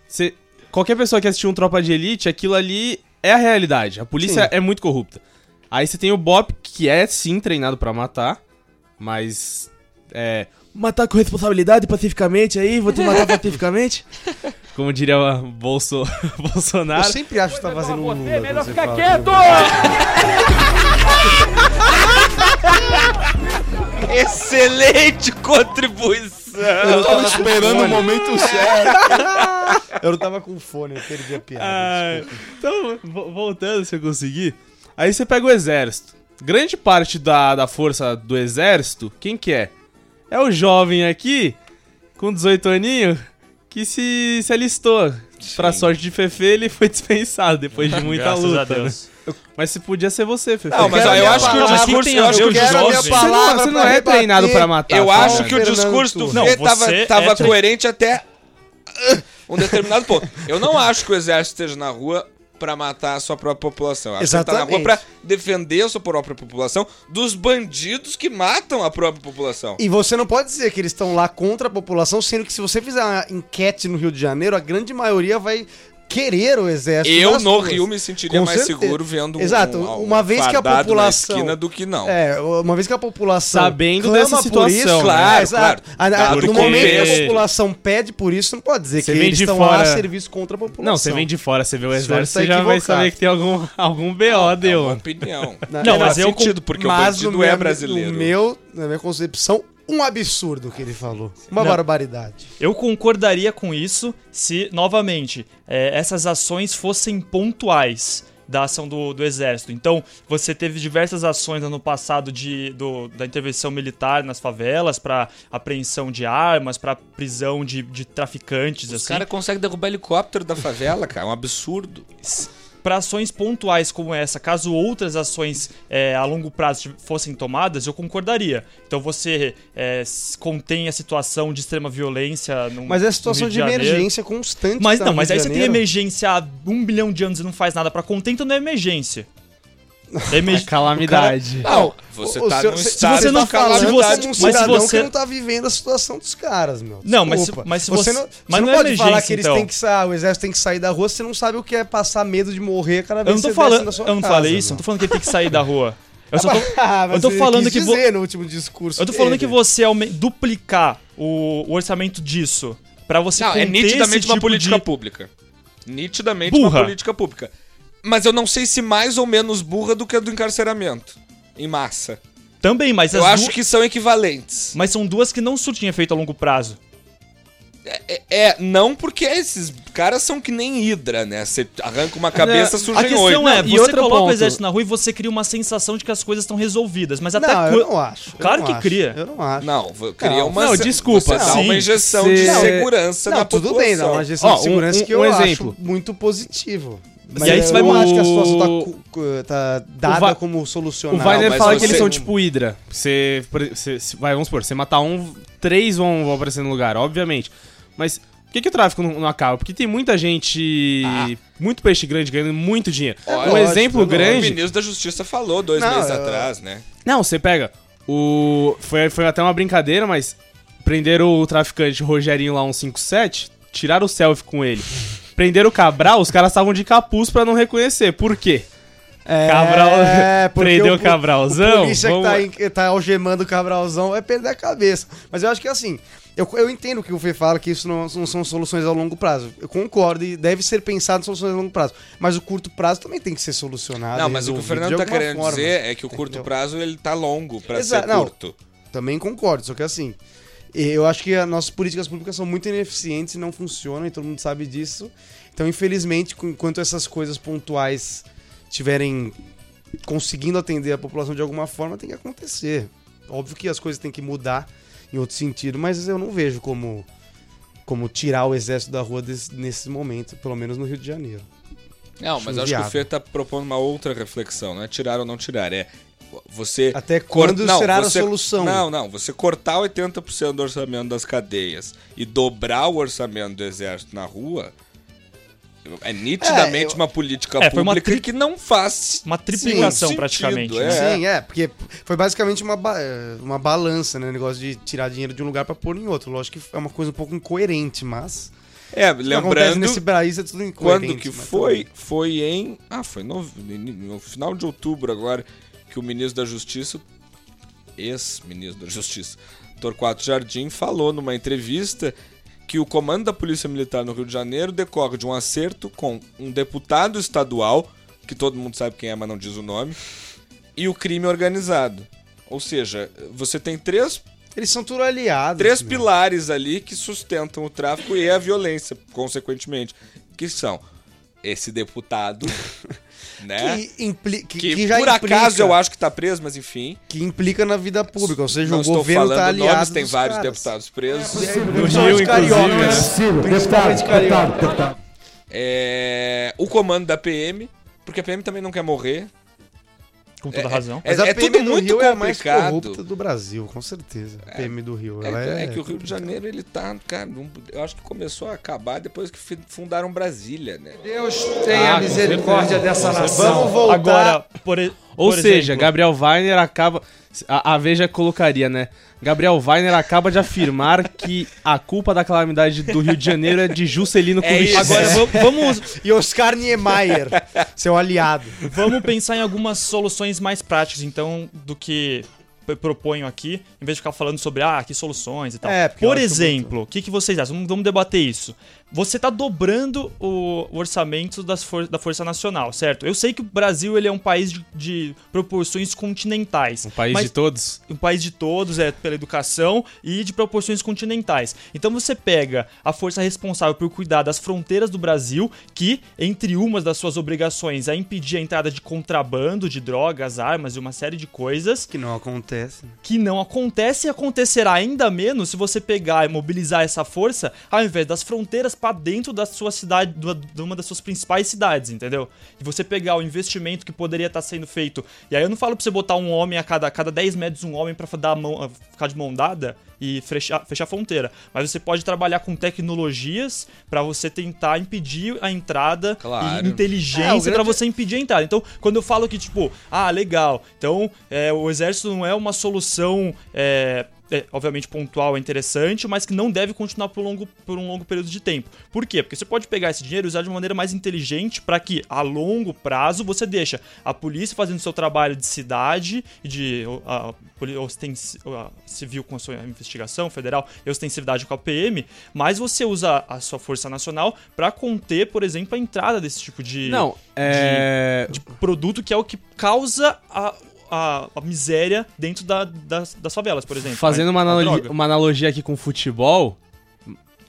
Speaker 6: você- qualquer pessoa que assistiu um Tropa de Elite, aquilo ali é a realidade. A polícia
Speaker 5: Sim.
Speaker 6: é muito corrupta. Aí você tem o Bop, que é sim treinado pra matar, mas. É. Matar com responsabilidade pacificamente aí, vou te matar pacificamente. Como diria o Bolso,
Speaker 5: Eu
Speaker 6: Bolsonaro.
Speaker 5: sempre acho que tá fazendo um Lula. Melhor ficar
Speaker 4: Excelente contribuição.
Speaker 5: Eu tava esperando o momento certo. Eu não tava com fone, eu perdi a piada.
Speaker 6: Ah, então, vo- voltando se eu conseguir. Aí você pega o exército. grande parte da, da força do exército, quem que é? É o jovem aqui, com 18 aninho, que se, se alistou. Pra
Speaker 4: Sim.
Speaker 6: sorte de Fefe, ele foi dispensado depois de muita
Speaker 3: Graças
Speaker 6: luta.
Speaker 3: a Deus.
Speaker 6: né? Mas se podia ser você, Fefe.
Speaker 4: Não, mas
Speaker 5: quero
Speaker 4: ó,
Speaker 5: a
Speaker 4: eu
Speaker 5: minha
Speaker 4: acho que o
Speaker 5: palavra.
Speaker 4: discurso.
Speaker 3: Tem
Speaker 4: Eu
Speaker 3: a
Speaker 4: acho
Speaker 3: ver
Speaker 4: que
Speaker 3: com
Speaker 4: o
Speaker 5: Eu quero a
Speaker 4: discurso.
Speaker 5: minha
Speaker 6: você não,
Speaker 5: palavra
Speaker 6: você não
Speaker 5: pra
Speaker 6: é
Speaker 5: rebater.
Speaker 6: treinado pra
Speaker 3: Tá
Speaker 6: matar.
Speaker 4: Eu
Speaker 6: fala,
Speaker 4: acho
Speaker 6: né?
Speaker 4: que o
Speaker 5: Fernando.
Speaker 4: discurso do
Speaker 3: Não,
Speaker 4: Fê tava,
Speaker 3: você é
Speaker 4: tava
Speaker 3: tri-
Speaker 4: coerente até ah, um determinado ponto. Eu não acho que o exército esteja na rua pra matar a sua própria população. Eu Acho que ele tá na rua
Speaker 5: Exatamente.
Speaker 4: pra defender a sua própria população dos bandidos que matam a própria população.
Speaker 5: E você não pode dizer que eles estão lá contra a população, sendo que se você fizer uma enquete no Rio de Janeiro, a grande maioria vai querer o exército.
Speaker 4: Eu
Speaker 5: nas
Speaker 4: no
Speaker 5: ruas.
Speaker 4: Rio me sentiria
Speaker 5: Com
Speaker 4: mais
Speaker 5: certeza.
Speaker 4: seguro vendo um-
Speaker 5: Exato,
Speaker 4: um- um
Speaker 5: uma vez que a
Speaker 4: fardado na
Speaker 5: população-
Speaker 4: esquina do que não.
Speaker 5: É, uma vez que a população.
Speaker 6: Sabendo
Speaker 5: clama
Speaker 6: dessa
Speaker 5: por
Speaker 6: situação,
Speaker 3: né?
Speaker 5: isso,
Speaker 4: claro,
Speaker 5: é, exato.
Speaker 4: claro.
Speaker 5: A- a-
Speaker 4: Dado
Speaker 5: no
Speaker 4: o
Speaker 5: momento que
Speaker 4: contexto.
Speaker 5: a população pede por isso, não pode dizer
Speaker 6: Você
Speaker 5: que
Speaker 6: vem
Speaker 5: eles
Speaker 6: de
Speaker 5: estão
Speaker 6: fora.
Speaker 5: lá a serviço contra a população.
Speaker 6: Não, você vem de fora, você vê o
Speaker 5: senhor
Speaker 6: exército,
Speaker 5: tá
Speaker 6: você já vai
Speaker 5: equivocado.
Speaker 6: saber que tem algum, algum BO,
Speaker 4: É
Speaker 6: deu.
Speaker 4: uma
Speaker 6: mano.
Speaker 4: opinião.
Speaker 3: Não,
Speaker 4: Faz
Speaker 3: mas eu
Speaker 4: sentido, porque
Speaker 5: Né?
Speaker 4: o
Speaker 5: Mas no
Speaker 4: bandido é
Speaker 5: meu-
Speaker 4: brasileiro.
Speaker 5: No meu, na minha concepção, um absurdo o que ele falou. Uma
Speaker 3: Não.
Speaker 5: barbaridade.
Speaker 3: Eu concordaria com isso se, novamente, eh, essas ações fossem pontuais da ação do, do exército. Então, você teve diversas ações no ano passado de, do- da intervenção militar nas favelas para apreensão de armas, para prisão de, de traficantes,
Speaker 4: Os
Speaker 3: assim.
Speaker 4: caras conseguem derrubar helicóptero da favela, cara. É um absurdo.
Speaker 3: Para ações pontuais como essa, caso outras ações eh, a longo prazo tiv- fossem tomadas, eu concordaria. Então você eh, s- contém a situação de extrema violência. No,
Speaker 5: Mas é
Speaker 3: no
Speaker 5: a situação
Speaker 3: Rio
Speaker 5: de
Speaker 3: Janeiro.
Speaker 5: emergência constante.
Speaker 3: Mas
Speaker 5: tá
Speaker 3: não,
Speaker 5: no
Speaker 3: mas aí
Speaker 5: Rio de
Speaker 3: você tem
Speaker 5: Janeiro.
Speaker 3: emergência há um bilhão de anos e não faz nada pra conter, então não é emergência. É
Speaker 6: É
Speaker 3: emergência.
Speaker 6: calamidade.
Speaker 5: Não,
Speaker 4: Você
Speaker 5: o- o
Speaker 4: tá
Speaker 5: seu-
Speaker 4: num
Speaker 5: se- se
Speaker 4: estado
Speaker 5: você
Speaker 4: de
Speaker 5: não fala,
Speaker 3: se
Speaker 5: se
Speaker 3: você-
Speaker 5: você um
Speaker 3: mas se
Speaker 5: cidadão
Speaker 3: você-
Speaker 5: que não tá vivendo a situação dos caras, meu.
Speaker 3: Não, mas se-
Speaker 5: Desculpa.
Speaker 3: mas se você-
Speaker 5: não,
Speaker 3: mas não
Speaker 5: não,
Speaker 3: é
Speaker 5: pode falar
Speaker 3: emergência,
Speaker 5: que eles
Speaker 3: então.
Speaker 5: têm que sair, o exército tem que sair da rua, você não sabe o que é passar medo de morrer cada
Speaker 3: Eu
Speaker 5: vez
Speaker 3: não tô
Speaker 5: que você desce
Speaker 3: falando,
Speaker 5: da sua
Speaker 3: eu não
Speaker 5: casa,
Speaker 3: falei isso, eu
Speaker 5: meu.
Speaker 3: não tô falando que ele tem que sair da rua. Eu só tô,
Speaker 5: Ah, mas
Speaker 3: eu tô
Speaker 5: ele
Speaker 3: falando
Speaker 5: quis
Speaker 3: que vo-
Speaker 5: dizer no último discurso.
Speaker 3: eu tô falando
Speaker 5: dele.
Speaker 3: que você aume- duplicar o, o orçamento disso pra você
Speaker 4: Não,
Speaker 3: conter
Speaker 4: é nitidamente
Speaker 3: esse
Speaker 4: uma
Speaker 3: tipo
Speaker 4: política
Speaker 3: de...
Speaker 4: pública. Nitidamente
Speaker 3: Burra.
Speaker 4: uma política pública. Mas eu não sei se mais ou menos burra do que a do encarceramento. Em massa.
Speaker 3: também, mas
Speaker 4: eu
Speaker 3: as
Speaker 4: acho
Speaker 3: du-
Speaker 4: que são equivalentes.
Speaker 3: mas são duas que não surtem efeito a longo prazo.
Speaker 4: É, é, não porque esses caras são que nem hidra, né? Você arranca uma cabeça,
Speaker 3: A
Speaker 4: surgem
Speaker 3: questão
Speaker 4: oito.
Speaker 3: é,
Speaker 6: Não, e
Speaker 3: você
Speaker 6: outro
Speaker 3: coloca o
Speaker 6: ponto.
Speaker 3: exército na rua e você cria uma sensação de que as coisas estão resolvidas, mas até
Speaker 5: Não,
Speaker 3: quan-
Speaker 5: eu não acho. eu
Speaker 3: tá Claro
Speaker 5: não
Speaker 3: que
Speaker 5: acho,
Speaker 3: cria.
Speaker 5: Eu não acho.
Speaker 4: Não, v- cria
Speaker 5: Não,
Speaker 4: uma...
Speaker 6: não,
Speaker 4: se-
Speaker 6: desculpa,
Speaker 4: Você dá
Speaker 3: não.
Speaker 4: uma injeção
Speaker 6: Sim.
Speaker 4: de
Speaker 6: Não,
Speaker 4: segurança
Speaker 5: Não,
Speaker 4: na
Speaker 5: tudo
Speaker 4: população.
Speaker 5: bem, dá uma gestão
Speaker 6: Ó,
Speaker 5: de segurança
Speaker 6: um-
Speaker 5: que eu
Speaker 6: um exemplo.
Speaker 5: acho muito positivo. Mas
Speaker 3: aí você vai
Speaker 5: eu
Speaker 3: mu-
Speaker 5: acho que a situação tá, cu- cu- tá dada
Speaker 6: Va-
Speaker 5: como
Speaker 6: O
Speaker 5: solucionada.
Speaker 6: Wagner
Speaker 4: mas
Speaker 6: fala
Speaker 4: você-
Speaker 6: que eles são tipo Hydra. Você, por- você- se- vai, vamos supor, você matar um, três vão, vão aparecer no lugar, obviamente. Mas por que, que o tráfico não, não acaba? Porque tem muita gente, muito peixe grande ganhando muito dinheiro. um
Speaker 4: lógico,
Speaker 6: exemplo
Speaker 5: é
Speaker 4: O
Speaker 6: grande...
Speaker 4: ministro da Justiça falou dois
Speaker 5: Não,
Speaker 4: meses
Speaker 5: eu-
Speaker 4: atrás, né?
Speaker 6: Não, você pega. O. Foi, foi até uma brincadeira, mas. Prenderam o traficante Rogerinho lá 157, tiraram o selfie com ele. Prenderam o Cabral, os caras estavam de capuz pra não reconhecer. Por quê?
Speaker 5: É,
Speaker 6: Cabral-
Speaker 5: porque
Speaker 6: prendeu o
Speaker 5: po-
Speaker 6: Cabralzão,
Speaker 5: O polícia
Speaker 6: vamos-
Speaker 5: que tá, em- que tá algemando o Cabralzão vai perder a cabeça. Mas eu acho que assim, eu, eu entendo que o Fê fala que isso não, não são soluções a longo prazo. Eu concordo e deve ser pensado em soluções a longo prazo. Mas o curto prazo também tem que ser solucionado.
Speaker 4: Não,
Speaker 5: e
Speaker 4: mas o que o
Speaker 5: resolvido Ah, de
Speaker 4: Fernando tá
Speaker 5: alguma
Speaker 4: querendo
Speaker 5: forma.
Speaker 4: dizer é que o curto
Speaker 5: Entendeu?
Speaker 4: prazo ele tá longo pra
Speaker 5: Exa-
Speaker 4: ser
Speaker 5: não.
Speaker 4: curto.
Speaker 5: Também concordo, só que assim, eu acho que as nossas políticas públicas são muito ineficientes e não funcionam, e todo mundo sabe disso. Então, infelizmente, com- enquanto essas coisas pontuais tiverem conseguindo atender a população de alguma forma, tem que acontecer. Óbvio que as coisas têm que mudar em outro sentido, mas eu não vejo como como tirar o exército da rua desse- nesse momento, pelo menos no Rio de Janeiro.
Speaker 4: Não, mas
Speaker 5: um
Speaker 4: acho que o
Speaker 5: viável.
Speaker 4: Fê tá propondo uma outra reflexão, não é tirar ou não tirar, é você...
Speaker 5: Até
Speaker 4: cor-
Speaker 5: quando
Speaker 4: não,
Speaker 5: será
Speaker 4: você-
Speaker 5: a solução?
Speaker 4: Não, não, você cortar 80% do orçamento das cadeias e dobrar o orçamento do exército na rua é nitidamente
Speaker 5: É, eu-
Speaker 4: uma política
Speaker 3: É, foi uma
Speaker 4: pública
Speaker 3: tri-
Speaker 4: que não faz
Speaker 3: Uma triplicação
Speaker 4: sentido,
Speaker 3: praticamente.
Speaker 4: é.
Speaker 3: né?
Speaker 5: Sim, é, porque foi basicamente uma, ba- eh, uma balança, né? O negócio de tirar dinheiro de um lugar pra pôr em outro. Lógico que é uma coisa um pouco incoerente, mas.
Speaker 4: É,
Speaker 5: o que acontece
Speaker 4: lembrando
Speaker 5: nesse país é tudo incoerente.
Speaker 4: quando que
Speaker 5: mas
Speaker 4: foi? Foi em. Ah, foi no, no final de outubro agora que o ministro da Justiça, ex-ministro da Justiça, Torquato Jardim, falou numa entrevista que o comando da Polícia Militar no Rio de Janeiro decorre de um acerto com um deputado estadual, que todo mundo sabe quem é, mas não diz o nome, e o crime organizado. Ou seja, você tem três
Speaker 5: tudo bem. Eles são tudo aliados.
Speaker 4: três
Speaker 5: né?
Speaker 4: pilares ali que sustentam o tráfico e a violência, consequentemente, que são esse deputado, né?
Speaker 5: Que, impli que,
Speaker 4: Que,
Speaker 5: que já
Speaker 4: por
Speaker 5: implica,
Speaker 4: acaso eu acho que tá preso, mas enfim.
Speaker 5: que implica na vida pública, ou seja,
Speaker 4: não
Speaker 5: o
Speaker 4: estou
Speaker 5: governo
Speaker 4: falando
Speaker 5: tá aliado
Speaker 4: nomes, tem
Speaker 5: dos
Speaker 4: vários
Speaker 5: caras. É,
Speaker 4: deputados presos.
Speaker 5: No Rio, inclusive, né? principalmente carioca.
Speaker 4: É, o comando da PM, porque a PM também não quer morrer.
Speaker 3: Com toda razão.
Speaker 4: É,
Speaker 5: Mas a
Speaker 4: é
Speaker 5: PM
Speaker 4: tudo
Speaker 5: do
Speaker 4: muito
Speaker 5: Rio é a mais corrupta
Speaker 4: complicado.
Speaker 5: do Brasil, com certeza. A PM do Rio.
Speaker 4: É,
Speaker 5: ela é,
Speaker 4: é que o Rio de Janeiro, ele tá, cara, não- eu acho que começou a acabar depois que fi- fundaram Brasília, né?
Speaker 8: Deus tenha misericórdia dessa nação.
Speaker 5: é, Vamos voltar.
Speaker 3: Agora, por, e-
Speaker 6: Ou
Speaker 3: por
Speaker 6: seja,
Speaker 3: exemplo,
Speaker 6: Gabriel Weiner acaba. A, a Veja colocaria, né? Gabriel Weiner acaba de afirmar que a culpa da calamidade do Rio de Janeiro é de Juscelino
Speaker 4: É isso.
Speaker 6: Kubitschek.
Speaker 3: Agora va- vamos,
Speaker 5: E Oscar Niemeyer, seu aliado.
Speaker 3: Vamos pensar em algumas soluções mais práticas, então, do que eu proponho aqui, em vez de ficar falando sobre, ah, que soluções e tal.
Speaker 5: É, porque eu
Speaker 3: Por
Speaker 5: acho
Speaker 3: exemplo, o que, que vocês acham? Vamos, vamos debater isso. Você tá dobrando o o orçamento das for- da Força Nacional, certo? Eu sei que o Brasil ele é um país de, de proporções continentais.
Speaker 6: O país
Speaker 3: mas
Speaker 6: de todos.
Speaker 3: um país de todos, é pela educação e de proporções continentais. Então você pega a força responsável por cuidar das fronteiras do Brasil, que, entre umas das suas obrigações, é impedir a entrada de contrabando, de drogas, armas e uma série de coisas,
Speaker 5: Que não acontece.
Speaker 3: que não acontece e acontecerá ainda menos se você pegar e mobilizar essa força ao invés das fronteiras para dentro da sua cidade, do- de uma das suas principais cidades, entendeu? E você pegar o investimento que poderia estar sendo feito. E aí eu não falo pra você botar um homem a cada, a cada 10 metros um homem pra dar a mão, ficar de mão dada e fechar, fechar a fronteira, mas você pode trabalhar com tecnologias pra você tentar impedir a entrada
Speaker 4: Claro.
Speaker 3: e inteligência pra você impedir a entrada. Então, quando eu falo que, tipo, ah, legal, então é, o exército não é uma solução. é, é, obviamente pontual é interessante, mas que não deve continuar por, longo, por um longo período de tempo. Por quê? Porque você pode pegar esse dinheiro e usar de maneira mais inteligente pra que, a longo prazo, você deixa a polícia fazendo seu trabalho de cidade, e de o- a, poli- ostens- a civil com a sua investigação federal e ostensividade com a PM, mas você usa a sua força nacional pra conter, por exemplo, a entrada desse tipo de
Speaker 6: Não, é.
Speaker 3: de produto que é o que causa a, a, a miséria dentro da- das, das favelas, por exemplo. né?
Speaker 6: Fazendo uma,
Speaker 3: A
Speaker 6: analogi-
Speaker 3: droga.
Speaker 6: uma analogia aqui com futebol,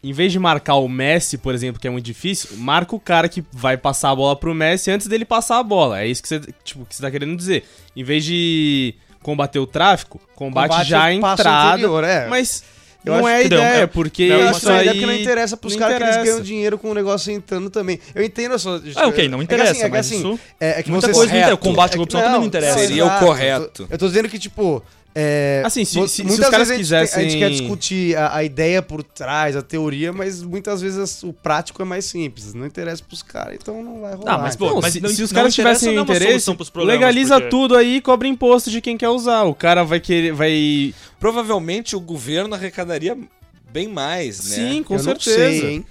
Speaker 6: em vez de marcar o Messi, por exemplo, que é muito difícil, marca o cara que vai passar a bola pro Messi antes dele passar a bola. É isso que você, tipo, que você tá querendo dizer. Em vez de combater o tráfico, combate,
Speaker 5: Combate
Speaker 6: Um já
Speaker 5: o
Speaker 6: a
Speaker 5: passo
Speaker 6: entrada.
Speaker 5: anterior, é.
Speaker 6: Mas
Speaker 5: Eu
Speaker 6: não
Speaker 5: acho
Speaker 6: é a
Speaker 3: que não,
Speaker 6: ideia,
Speaker 3: é-
Speaker 6: porque
Speaker 3: não,
Speaker 5: Eu
Speaker 3: mas
Speaker 5: acho que
Speaker 6: isso
Speaker 5: é uma
Speaker 6: aí...
Speaker 5: ideia porque não interessa pros
Speaker 6: não
Speaker 5: caras que eles
Speaker 6: interessa.
Speaker 5: ganham dinheiro com o negócio entrando também. Eu entendo a sua.
Speaker 3: Ah, ok, não
Speaker 5: É que
Speaker 3: interessa,
Speaker 5: assim, é que
Speaker 3: mas
Speaker 5: assim,
Speaker 3: isso...
Speaker 5: É, é que
Speaker 3: Muita
Speaker 5: você
Speaker 3: coisa não interessa, o combate à
Speaker 5: É que-
Speaker 3: corrupção também não interessa.
Speaker 4: Seria o
Speaker 5: exato.
Speaker 4: correto.
Speaker 5: Eu tô, eu tô dizendo que, tipo. é,
Speaker 6: Assim, se-
Speaker 5: mu-
Speaker 6: se- se os
Speaker 5: muitas
Speaker 6: caras
Speaker 5: vezes a gente tem- a gente
Speaker 6: quisessem-
Speaker 5: quer discutir a, a ideia por trás, a teoria, mas muitas vezes as- o prático é mais simples. Não interessa pros caras, então não vai rolar.
Speaker 3: Ah, mas, pô,
Speaker 6: Não,
Speaker 3: mas
Speaker 6: se,
Speaker 3: não-
Speaker 6: se os
Speaker 3: não
Speaker 6: caras
Speaker 3: interessa,
Speaker 6: tivessem
Speaker 3: não é uma
Speaker 6: interesse,
Speaker 3: solução pros problemas,
Speaker 6: legaliza
Speaker 3: porque-
Speaker 6: tudo aí e cobra imposto de quem quer usar. O cara vai querer, vai...
Speaker 4: Provavelmente o governo arrecadaria bem mais, né?
Speaker 6: Sim, com
Speaker 5: eu
Speaker 6: certeza.
Speaker 5: Não sei, hein?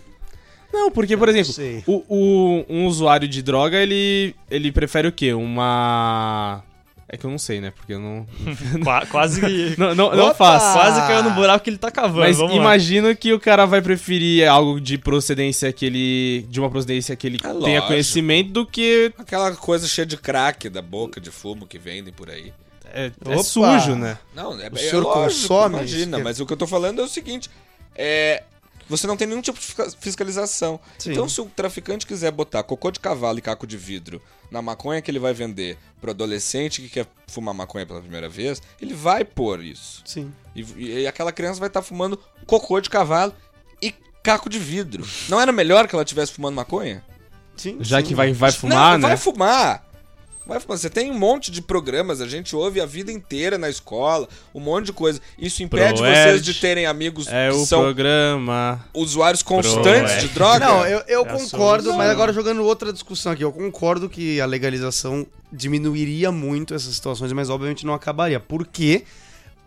Speaker 6: Não, porque, por exemplo,
Speaker 5: sei.
Speaker 6: o, o- um usuário de droga, ele, ele prefere o quê? Uma. É que eu não sei, né? Porque eu não.
Speaker 3: Qua- quase que...
Speaker 6: Não, não, não
Speaker 5: Opa!
Speaker 6: faço.
Speaker 3: quase caiu no buraco que ele tá cavando,
Speaker 6: Mas
Speaker 3: vamos lá.
Speaker 6: imagino que o cara vai preferir algo de procedência que ele. De uma procedência que ele
Speaker 4: É
Speaker 6: tenha
Speaker 4: lógico.
Speaker 6: conhecimento do que.
Speaker 4: Aquela coisa cheia de crack da boca, de fumo que vendem por aí.
Speaker 6: É, é
Speaker 5: Opa!
Speaker 6: sujo, né?
Speaker 4: Não, é, é
Speaker 5: senhor
Speaker 4: lógico,
Speaker 5: consome isso,
Speaker 4: imagina,
Speaker 5: cara?
Speaker 4: mas o que eu tô falando é o seguinte, é, você não tem nenhum tipo de fisca- fiscalização.
Speaker 5: Sim.
Speaker 4: Então se o traficante quiser botar cocô de cavalo e caco de vidro na maconha que ele vai vender pro adolescente que quer fumar maconha pela primeira vez, ele vai pôr isso.
Speaker 5: Sim.
Speaker 4: E, e- e aquela criança vai estar fumando cocô de cavalo e caco de vidro. Não era melhor que ela estivesse fumando maconha?
Speaker 5: Sim,
Speaker 6: Já
Speaker 5: sim.
Speaker 6: que vai, vai
Speaker 4: não,
Speaker 6: fumar, né?
Speaker 4: Vai fumar. Vai fumar. Você tem um monte de programas, a gente ouve a vida inteira na escola, um monte de coisa. Isso impede
Speaker 6: Proerd.
Speaker 4: vocês de terem amigos
Speaker 6: É
Speaker 4: que
Speaker 6: o
Speaker 4: são
Speaker 6: programa.
Speaker 4: usuários constantes
Speaker 6: Proerd.
Speaker 4: de droga.
Speaker 5: Não, eu, eu
Speaker 3: É a
Speaker 5: concordo,
Speaker 3: solução.
Speaker 5: mas agora jogando outra discussão aqui, eu concordo que a legalização diminuiria muito essas situações, mas obviamente não acabaria. Por quê?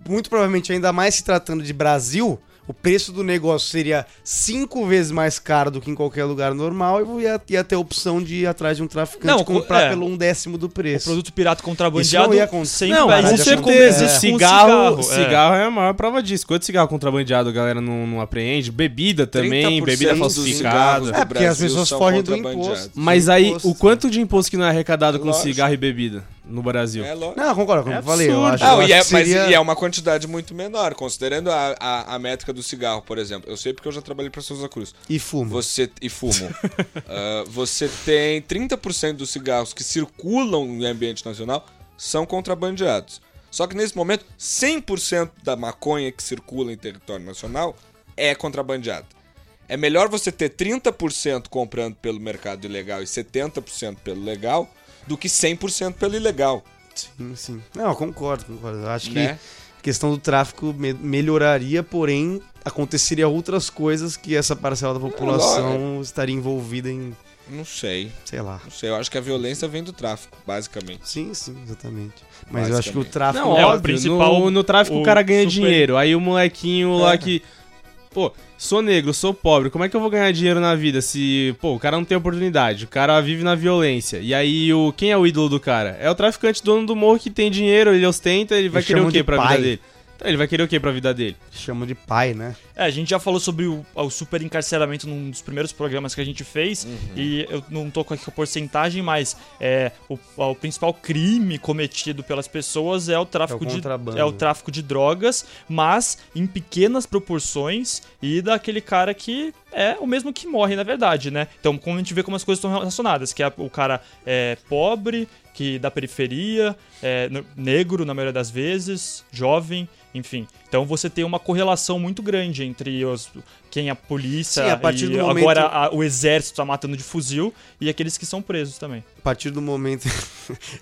Speaker 5: Muito provavelmente, ainda mais se tratando de Brasil, o preço do negócio seria cinco vezes mais caro do que em qualquer lugar normal e ia, ia ter a opção de ir atrás de um traficante
Speaker 3: Não,
Speaker 5: e comprar
Speaker 3: é.
Speaker 5: pelo um décimo do
Speaker 3: O
Speaker 5: preço.
Speaker 3: produto pirata contrabandeado
Speaker 5: Isso não ia acontecer.
Speaker 3: sempre
Speaker 6: Não,
Speaker 3: vai
Speaker 5: mas
Speaker 6: com
Speaker 5: isso
Speaker 3: existir um
Speaker 6: certeza.
Speaker 3: com- com
Speaker 6: Cigarro, cigarro,
Speaker 3: é.
Speaker 6: é. a maior prova disso. Quanto cigarro contrabandeado a galera não, não apreende? Bebida também,
Speaker 4: 30%
Speaker 6: bebida
Speaker 4: dos
Speaker 6: falsificada.
Speaker 4: cigarros do
Speaker 5: É, porque as
Speaker 4: Brasil
Speaker 5: pessoas
Speaker 4: são
Speaker 5: fogem do
Speaker 4: contrabandeados.
Speaker 5: imposto.
Speaker 6: Mas aí,
Speaker 5: Imposto.
Speaker 6: o quanto de imposto que não é arrecadado com
Speaker 4: Lógico.
Speaker 6: cigarro e bebida? no Brasil.
Speaker 4: É lógico.
Speaker 5: Não, eu concordo, como
Speaker 6: É
Speaker 5: eu falei, eu
Speaker 6: absurdo.
Speaker 5: acho, eu
Speaker 4: Não,
Speaker 5: acho
Speaker 4: e é,
Speaker 5: que seria...
Speaker 4: Mas e é uma quantidade muito menor, considerando a, a, a métrica do cigarro, por exemplo. Eu sei porque eu já trabalhei para Souza Cruz.
Speaker 5: E fumo.
Speaker 4: Você, e fumo. Ah, você tem 30% dos cigarros que circulam em ambiente nacional são contrabandeados. Só que nesse momento, 100% da maconha que circula em território nacional é contrabandeada. É melhor você ter 30% comprando pelo mercado ilegal e 70% pelo legal do que 100% pelo ilegal.
Speaker 5: Sim, sim. Não, eu concordo, concordo. Eu acho
Speaker 4: Né?
Speaker 5: que a questão do tráfico me- melhoraria, porém aconteceria outras coisas que essa parcela da população estaria envolvida em,
Speaker 4: Não sei.
Speaker 5: sei lá.
Speaker 4: Não sei, eu acho que a violência vem do tráfico, basicamente.
Speaker 5: Sim, sim, exatamente. Mas eu acho que o
Speaker 4: Basicamente.
Speaker 5: tráfico...
Speaker 6: Não,
Speaker 3: É, o
Speaker 6: óbvio,
Speaker 3: principal-
Speaker 6: No, no tráfico o,
Speaker 3: o
Speaker 6: cara ganha
Speaker 3: super-
Speaker 6: dinheiro. Aí o molequinho
Speaker 4: É.
Speaker 6: lá que. Pô, sou negro, sou pobre, como é que eu vou ganhar dinheiro na vida se, pô, o cara não tem oportunidade, o cara vive na violência. E aí, o quem é o ídolo do cara? É o traficante dono do morro que tem dinheiro, ele ostenta, ele vai
Speaker 5: Eles
Speaker 6: querer o
Speaker 5: chamam
Speaker 6: quê
Speaker 5: de
Speaker 6: pra
Speaker 5: pai.
Speaker 6: vida dele? Então, ele vai querer o quê pra vida dele?
Speaker 5: Chamam de pai, né?
Speaker 3: É, a gente já falou sobre o, o super encarceramento num dos primeiros programas que a gente fez. E eu não tô com aqui a porcentagem, mas é, o, o principal crime cometido pelas pessoas é o tráfico,
Speaker 5: contrabando.
Speaker 3: de, é o tráfico de drogas, mas em pequenas proporções e daquele cara que é o mesmo que morre, na verdade, né? Então, como a gente vê como as coisas estão relacionadas, que é o cara é pobre, que da periferia, é, no- negro na maioria das vezes, jovem, enfim. Então você tem uma correlação muito grande entre os, quem é a polícia
Speaker 5: Sim, a partir
Speaker 3: e
Speaker 5: do momento-
Speaker 3: agora a- o exército tá matando de fuzil e aqueles que são presos também.
Speaker 5: A partir do momento.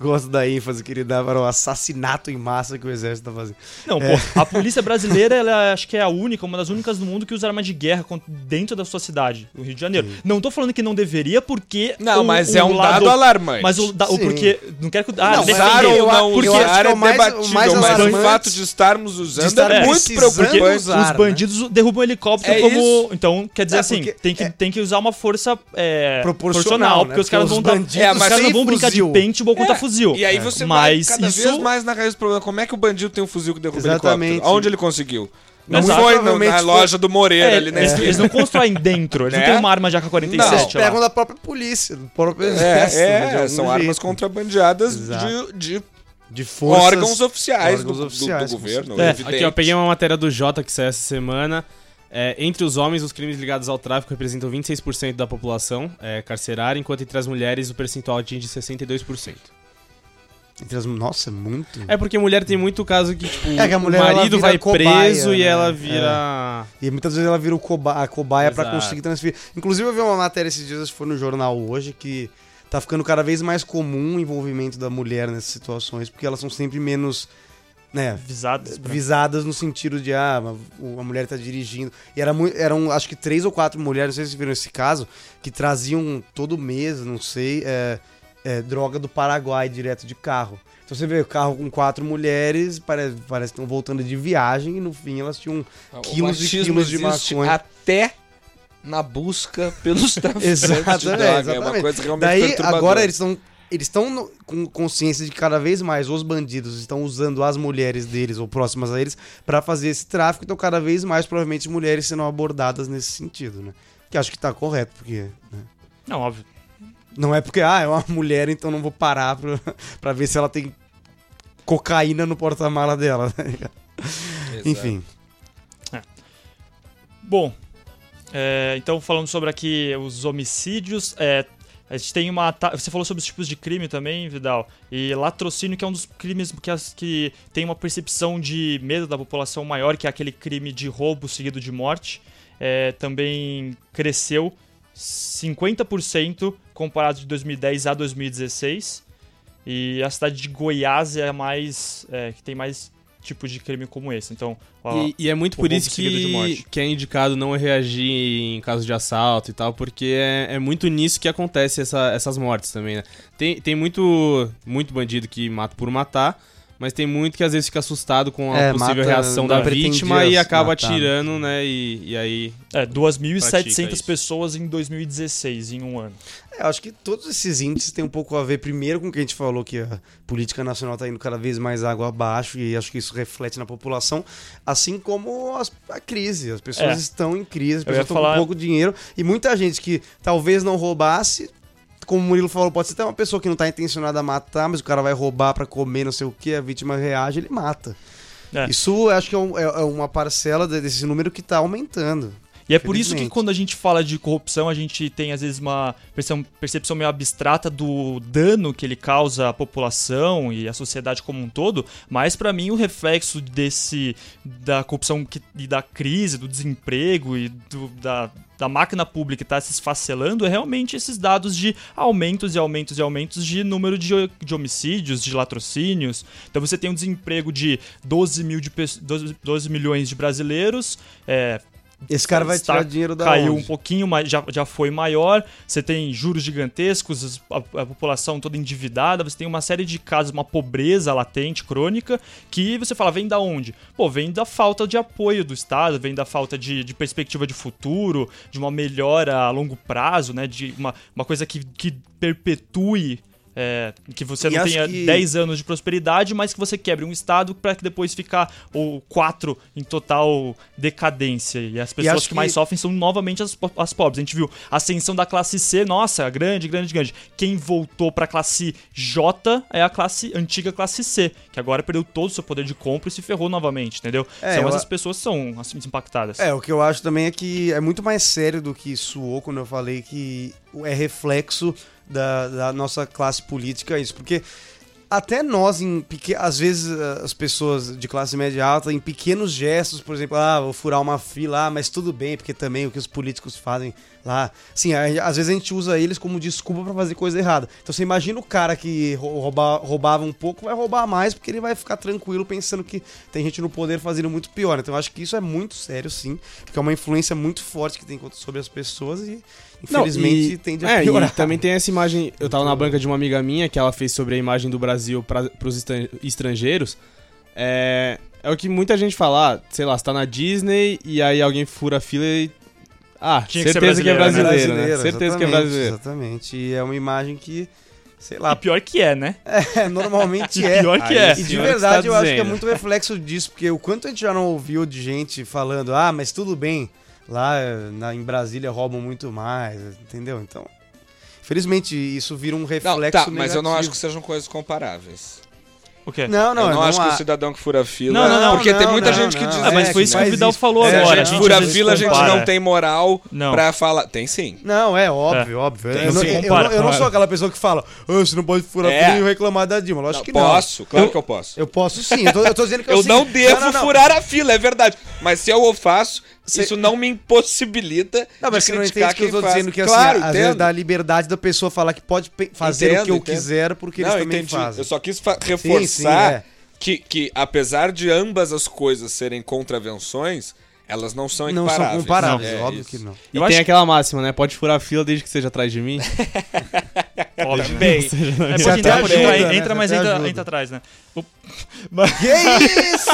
Speaker 5: Gosto da ênfase que ele dava ao assassinato em massa que o exército tá fazendo.
Speaker 3: Não, pô, a polícia brasileira, ela acho que é a única, uma das únicas do mundo que usa arma de guerra con- dentro da sua cidade, o Rio de Janeiro. Não tô falando que não deveria, porque.
Speaker 4: Não,
Speaker 3: o-
Speaker 4: mas
Speaker 3: o
Speaker 4: é um
Speaker 3: lado-
Speaker 4: dado alarmante.
Speaker 3: Mas o, da, o
Speaker 5: Sim.
Speaker 3: porque. Não quero que. Ah,
Speaker 5: Não,
Speaker 3: defender.
Speaker 4: usar ou
Speaker 5: eu a-
Speaker 4: não
Speaker 5: porque eu acho
Speaker 4: usar
Speaker 5: que
Speaker 4: é
Speaker 5: é o mais- o
Speaker 4: debatível,
Speaker 5: mais
Speaker 4: mas o
Speaker 5: alarmante
Speaker 4: fato de estarmos usando
Speaker 5: estar
Speaker 4: é muito
Speaker 5: precisando
Speaker 4: preocupante.
Speaker 5: usar.
Speaker 3: os
Speaker 5: né?
Speaker 3: bandidos derrubam helicóptero
Speaker 4: É
Speaker 3: como.
Speaker 4: isso.
Speaker 3: Então, quer dizer
Speaker 5: É,
Speaker 3: assim,
Speaker 5: porque-
Speaker 3: tem que,
Speaker 5: é-
Speaker 3: tem que usar uma força é,
Speaker 5: Proporcional,
Speaker 3: proporcional,
Speaker 5: né?
Speaker 3: porque os caras vão
Speaker 5: Porque os
Speaker 3: dar. é,
Speaker 5: bandidos
Speaker 3: os caras não
Speaker 5: sem
Speaker 3: vão brincar de
Speaker 5: fuzil.
Speaker 3: paintball contra
Speaker 4: É,
Speaker 3: fuzil.
Speaker 4: E aí você
Speaker 3: Mas
Speaker 4: vai cada
Speaker 3: isso
Speaker 4: vez mais na raiz do problema. Como é que o bandido tem um fuzil que derruba
Speaker 5: Exatamente.
Speaker 4: helicóptero? Onde ele conseguiu? Não
Speaker 3: Exato.
Speaker 4: foi no,
Speaker 5: Provavelmente
Speaker 4: na
Speaker 5: foi-
Speaker 4: loja do Moreira,
Speaker 3: É,
Speaker 4: ali né? na
Speaker 3: eles,
Speaker 4: esquina.
Speaker 3: eles não constroem dentro, eles
Speaker 4: Né?
Speaker 3: não têm uma arma de
Speaker 4: Não.
Speaker 3: AK-47
Speaker 5: Eles pegam
Speaker 3: lá.
Speaker 5: da própria polícia, do próprio exército. né, de
Speaker 4: É, é,
Speaker 5: algum
Speaker 4: são
Speaker 5: jeito.
Speaker 4: armas contrabandeadas de,
Speaker 5: Exato.
Speaker 4: de
Speaker 5: de forças.
Speaker 4: órgãos oficiais, do-
Speaker 5: órgãos
Speaker 4: do, do
Speaker 5: oficiais, com
Speaker 4: governo.
Speaker 3: certeza. É,
Speaker 4: evidente.
Speaker 6: Aqui, ó, peguei uma matéria do Jota que saiu essa semana. É, entre os homens, os crimes ligados ao tráfico representam 26% da população é, carcerária, enquanto entre as mulheres o percentual atinge 62%.
Speaker 5: Entre as- Nossa, é muito.
Speaker 6: É porque mulher tem muito caso que, tipo,
Speaker 5: É que a mulher,
Speaker 6: o
Speaker 5: ela
Speaker 6: marido
Speaker 5: vira
Speaker 6: vai
Speaker 5: cobaia,
Speaker 6: preso e
Speaker 5: né?
Speaker 6: ela vira.
Speaker 5: E muitas vezes ela vira o coba a cobaia pra
Speaker 6: Exato.
Speaker 5: conseguir transferir. Inclusive, eu vi uma matéria esses dias, acho que foi no jornal hoje, que tá ficando cada vez mais comum o envolvimento da mulher nessas situações, porque elas são sempre menos. Né,
Speaker 3: Visados. pra-
Speaker 5: visadas no sentido de ah, uma- o- a mulher tá dirigindo. E era mu- eram acho que três ou quatro mulheres, não sei se vocês viram esse caso, que traziam todo mês, não sei, é, é, droga do Paraguai direto de carro. Então você vê o carro com quatro mulheres, pare- parece que estão voltando de viagem e no fim elas tinham um
Speaker 4: O
Speaker 5: quilos e
Speaker 4: machismo
Speaker 5: quilos de
Speaker 4: existe
Speaker 5: maconha.
Speaker 4: Até na busca pelos traficantes de
Speaker 5: Exato,
Speaker 4: droga.
Speaker 5: é,
Speaker 4: É uma
Speaker 5: exatamente.
Speaker 4: coisa realmente
Speaker 5: Daí,
Speaker 4: perturbadora.
Speaker 5: agora eles estão. Eles estão no- com consciência de que cada vez mais os bandidos estão usando as mulheres deles ou próximas a eles pra fazer esse tráfico, então cada vez mais provavelmente mulheres serão abordadas nesse sentido, né? Que acho que tá correto, porque né?
Speaker 3: Não, óbvio.
Speaker 5: não é porque ah, é uma mulher, então não vou parar pra, pra ver se ela tem cocaína no porta-mala dela. né?
Speaker 4: Exato.
Speaker 5: Enfim,
Speaker 3: Bom, é, então falando sobre aqui os homicídios, é, a gente tem uma. ta- Você falou sobre os tipos de crime também, Vidal. E latrocínio, que é um dos crimes que, as- que tem uma percepção de medo da população maior, que é aquele crime de roubo seguido de morte, é, também cresceu 50% comparado de 2010 a 2016. E a cidade de Goiás é a mais. é, que tem mais tipo de crime como esse. Então, ó,
Speaker 6: E, e é muito
Speaker 3: O
Speaker 6: por
Speaker 3: roubo
Speaker 6: isso
Speaker 3: seguido de
Speaker 6: que,
Speaker 3: morte.
Speaker 6: que é indicado não reagir em caso de assalto e tal, porque é, é muito nisso que acontece essa- essas mortes também, né? Tem, tem muito, muito bandido que mata por matar, mas tem muito que às vezes fica assustado com a
Speaker 5: É,
Speaker 6: possível
Speaker 5: mata-
Speaker 6: reação
Speaker 5: não
Speaker 6: da
Speaker 5: pretendia
Speaker 6: vítima e acaba
Speaker 5: matar.
Speaker 6: atirando, né? E, e aí.
Speaker 3: É,
Speaker 6: Pratica
Speaker 3: 2.700
Speaker 6: isso.
Speaker 3: pessoas em 2016, em um ano.
Speaker 5: É, eu acho que todos esses índices têm um pouco a ver, primeiro, com o que a gente falou, que a política nacional está indo cada vez mais água abaixo, e acho que isso reflete na população, assim como as- a crise. As pessoas
Speaker 3: É.
Speaker 5: estão em crise, as
Speaker 3: Eu ia
Speaker 5: pessoas estão
Speaker 3: falar-
Speaker 5: com pouco dinheiro, e muita gente que talvez não roubasse como o Murilo falou, pode ser até uma pessoa que não tá intencionada a matar, mas o cara vai roubar pra comer, não sei o que, a vítima reage, ele mata.
Speaker 3: É.
Speaker 5: Isso eu acho que é, um- é- é uma parcela de- desse número que tá aumentando.
Speaker 3: E é por isso que
Speaker 5: Infelizmente.
Speaker 3: quando a gente fala de corrupção, a gente tem às vezes uma percepção, percepção meio abstrata do dano que ele causa à população e à sociedade como um todo, mas pra mim o reflexo desse da corrupção que- e da crise, do desemprego e do- da, da máquina pública que tá se esfacelando é realmente esses dados de aumentos e aumentos e aumentos de número de, de homicídios, de latrocínios. Então você tem um desemprego de 12, mil de, pe- 12, 12 milhões de brasileiros, é,
Speaker 5: Esse cara vai
Speaker 3: está-
Speaker 5: tirar dinheiro da
Speaker 3: Caiu
Speaker 5: onde?
Speaker 3: um pouquinho, mas já, já foi maior. Você tem juros gigantescos, as- a, a população toda endividada. Você tem uma série de casos, uma pobreza latente, crônica, que você fala, vem da onde? Pô, vem da falta de apoio do Estado, vem da falta de, de perspectiva de futuro, de uma melhora a longo prazo, né? De uma, uma coisa que, que perpetue. é, que você
Speaker 5: E
Speaker 3: não
Speaker 5: acho
Speaker 3: tenha
Speaker 5: que-
Speaker 3: 10 10 anos de prosperidade, mas que você quebre um estado para que depois ficar ou quatro em total decadência. E as pessoas
Speaker 5: acho
Speaker 3: que, mais
Speaker 5: que-
Speaker 3: sofrem são novamente as, po- as pobres. A gente viu a ascensão da classe C, nossa, grande, grande, grande. Quem voltou para classe J é a classe antiga classe C, que agora perdeu todo o seu poder de compra e se ferrou novamente, entendeu?
Speaker 5: É,
Speaker 3: são
Speaker 5: eu
Speaker 3: essas
Speaker 5: a-
Speaker 3: pessoas que são assim, impactadas.
Speaker 5: É, o que eu acho também é que é muito mais sério do que suou quando eu falei que é reflexo da, da nossa classe política isso, porque até nós, em peque... às vezes ah, as pessoas de classe média alta, em pequenos gestos, por exemplo, ah, vou furar uma fila, ah, mas tudo bem, porque também o que os políticos fazem lá. Sim, a- às vezes a gente usa eles como desculpa pra fazer coisa errada. Então você imagina o cara que rou- rouba- roubava um pouco, vai roubar mais, porque ele vai ficar tranquilo pensando que tem gente no poder fazendo muito pior. Então eu acho que isso é muito sério, sim, porque é uma influência muito forte que tem sobre as pessoas e infelizmente tende a
Speaker 6: é,
Speaker 5: piorar.
Speaker 6: E também tem essa imagem. Eu tava na banca de uma amiga minha que ela fez sobre a imagem do Brasil para os estrangeiros. É, é o que muita gente fala, ah, sei lá, você tá na Disney e aí alguém fura a fila e. Ah,
Speaker 3: Tinha que ser
Speaker 6: certeza que, é
Speaker 3: brasileiro,
Speaker 6: brasileiro.
Speaker 3: né?
Speaker 6: né? Certeza que é
Speaker 5: exatamente,
Speaker 6: brasileiro.
Speaker 5: Exatamente. E é uma imagem que, sei
Speaker 3: E
Speaker 5: lá,
Speaker 3: pior que é, né?
Speaker 5: é, normalmente é.
Speaker 3: Pior que
Speaker 6: Aí
Speaker 3: é.
Speaker 5: E de
Speaker 6: senhora que
Speaker 5: verdade,
Speaker 4: tá
Speaker 6: está
Speaker 5: eu acho que é
Speaker 6: dizendo.
Speaker 5: muito reflexo disso, porque o quanto a gente já não ouviu de gente falando, ah, mas tudo bem, lá eh, na, em Brasília roubam muito mais, entendeu? Então, felizmente, isso vira um reflexo
Speaker 4: Não, tá, mas eu não acho
Speaker 5: negativo.
Speaker 4: que sejam coisas comparáveis.
Speaker 3: O quê?
Speaker 5: Não, não,
Speaker 4: eu não, acho
Speaker 5: há-
Speaker 4: que o cidadão que fura a fila.
Speaker 3: Não, não, não,
Speaker 4: Porque tem
Speaker 5: não,
Speaker 4: muita
Speaker 5: não,
Speaker 4: gente que
Speaker 5: não.
Speaker 4: diz.
Speaker 3: Ah, mas foi isso que o
Speaker 5: Mas
Speaker 3: Vidal
Speaker 5: isso-
Speaker 3: falou
Speaker 4: É,
Speaker 3: agora.
Speaker 4: a
Speaker 3: A
Speaker 4: gente
Speaker 3: gente
Speaker 4: fura a
Speaker 3: às vezes
Speaker 4: fila, a gente
Speaker 3: compara.
Speaker 4: não tem moral
Speaker 3: Não.
Speaker 4: pra falar. Tem sim.
Speaker 5: Não, é óbvio, óbvio.
Speaker 3: Tem,
Speaker 5: Eu não,
Speaker 3: se
Speaker 5: eu- eu
Speaker 3: compara
Speaker 5: não- eu
Speaker 3: com
Speaker 5: não
Speaker 3: ela.
Speaker 5: sou aquela pessoa que fala, "Ah, você não pode furar
Speaker 4: É.
Speaker 5: fila e reclamar da Dilma. Lógico que não.
Speaker 4: posso, claro que eu posso. Eu,
Speaker 5: Eu posso sim, eu tô, eu tô dizendo que é o
Speaker 4: não
Speaker 5: seguinte-
Speaker 4: devo
Speaker 5: não, não.
Speaker 4: furar a fila, é verdade. Mas se eu o faço,
Speaker 5: Cê-
Speaker 4: isso não me impossibilita
Speaker 5: Não, mas
Speaker 4: de
Speaker 5: você não
Speaker 4: criticar
Speaker 5: entende que eu tô
Speaker 4: quem faz.
Speaker 5: dizendo que assim,
Speaker 4: claro,
Speaker 5: às
Speaker 4: entendo.
Speaker 5: vezes dá a liberdade da pessoa falar que pode pe- fazer o
Speaker 4: Entendo,
Speaker 5: que eu
Speaker 4: entendo.
Speaker 5: quiser, porque
Speaker 4: Não,
Speaker 5: eles também
Speaker 4: entendi.
Speaker 5: fazem.
Speaker 4: Eu só quis fa-
Speaker 5: sim,
Speaker 4: reforçar
Speaker 5: é.
Speaker 4: que, que, apesar de ambas as coisas serem contravenções, elas não são
Speaker 5: Não
Speaker 4: emparáveis.
Speaker 5: são comparáveis,
Speaker 4: É
Speaker 5: óbvio
Speaker 4: isso.
Speaker 5: que não.
Speaker 6: E
Speaker 3: Eu
Speaker 6: tem
Speaker 3: acho-
Speaker 6: aquela máxima, né? Pode furar a fila desde que seja atrás de mim.
Speaker 3: Óbvio. Bem, é,
Speaker 5: Você
Speaker 3: pode entrar
Speaker 5: até
Speaker 3: por aí,
Speaker 5: ajuda,
Speaker 3: entra,
Speaker 5: né?
Speaker 3: entra,
Speaker 5: Você
Speaker 3: mas
Speaker 5: até
Speaker 3: entra,
Speaker 5: ajuda.
Speaker 3: entra atrás, né? O-
Speaker 5: Que isso?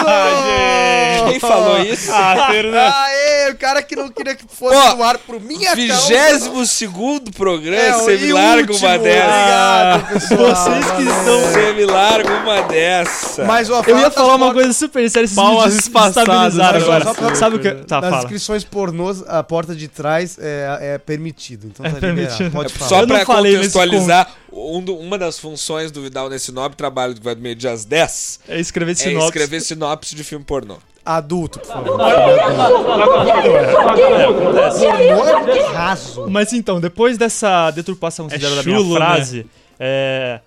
Speaker 4: Quem falou isso?
Speaker 3: Ah, Fernando.
Speaker 5: Aê, o cara que não queria que fosse
Speaker 4: Ó,
Speaker 5: no ar por
Speaker 3: Então,
Speaker 5: minha causa.
Speaker 4: 22 segundo programa,
Speaker 5: É,
Speaker 4: você me
Speaker 5: e
Speaker 4: larga
Speaker 5: último,
Speaker 4: uma dessa. Então,
Speaker 5: Obrigado, pessoal.
Speaker 3: Ah, vocês que
Speaker 5: Valeu.
Speaker 3: são-
Speaker 4: Você me larga uma dessa.
Speaker 5: Mas ó,
Speaker 3: Eu
Speaker 5: fala
Speaker 3: ia
Speaker 5: das
Speaker 3: falar uma
Speaker 5: portas-
Speaker 3: coisa super séria, vocês me
Speaker 6: Palmas espaçadas,
Speaker 3: desestabilizaram
Speaker 5: mas só
Speaker 3: agora.
Speaker 5: pra-
Speaker 3: Sabe o que... Tá,
Speaker 5: nas
Speaker 3: fala.
Speaker 5: inscrições pornôs, a porta de trás é, é permitido. Então tá liberado.
Speaker 3: permitido.
Speaker 5: Pode
Speaker 4: Só
Speaker 5: falar.
Speaker 3: Eu não
Speaker 4: pra
Speaker 3: falei nesse
Speaker 4: contextualizar, um do- uma das funções do Vidal nesse nobre trabalho que vai do meio-dia às 10
Speaker 3: É escrever
Speaker 4: é
Speaker 3: sinopse.
Speaker 4: escrever sinopse de filme pornô.
Speaker 5: Adulto, por favor. é
Speaker 3: Mas então, depois dessa deturpação que fizeram da minha
Speaker 6: chulo, né?
Speaker 3: frase, é,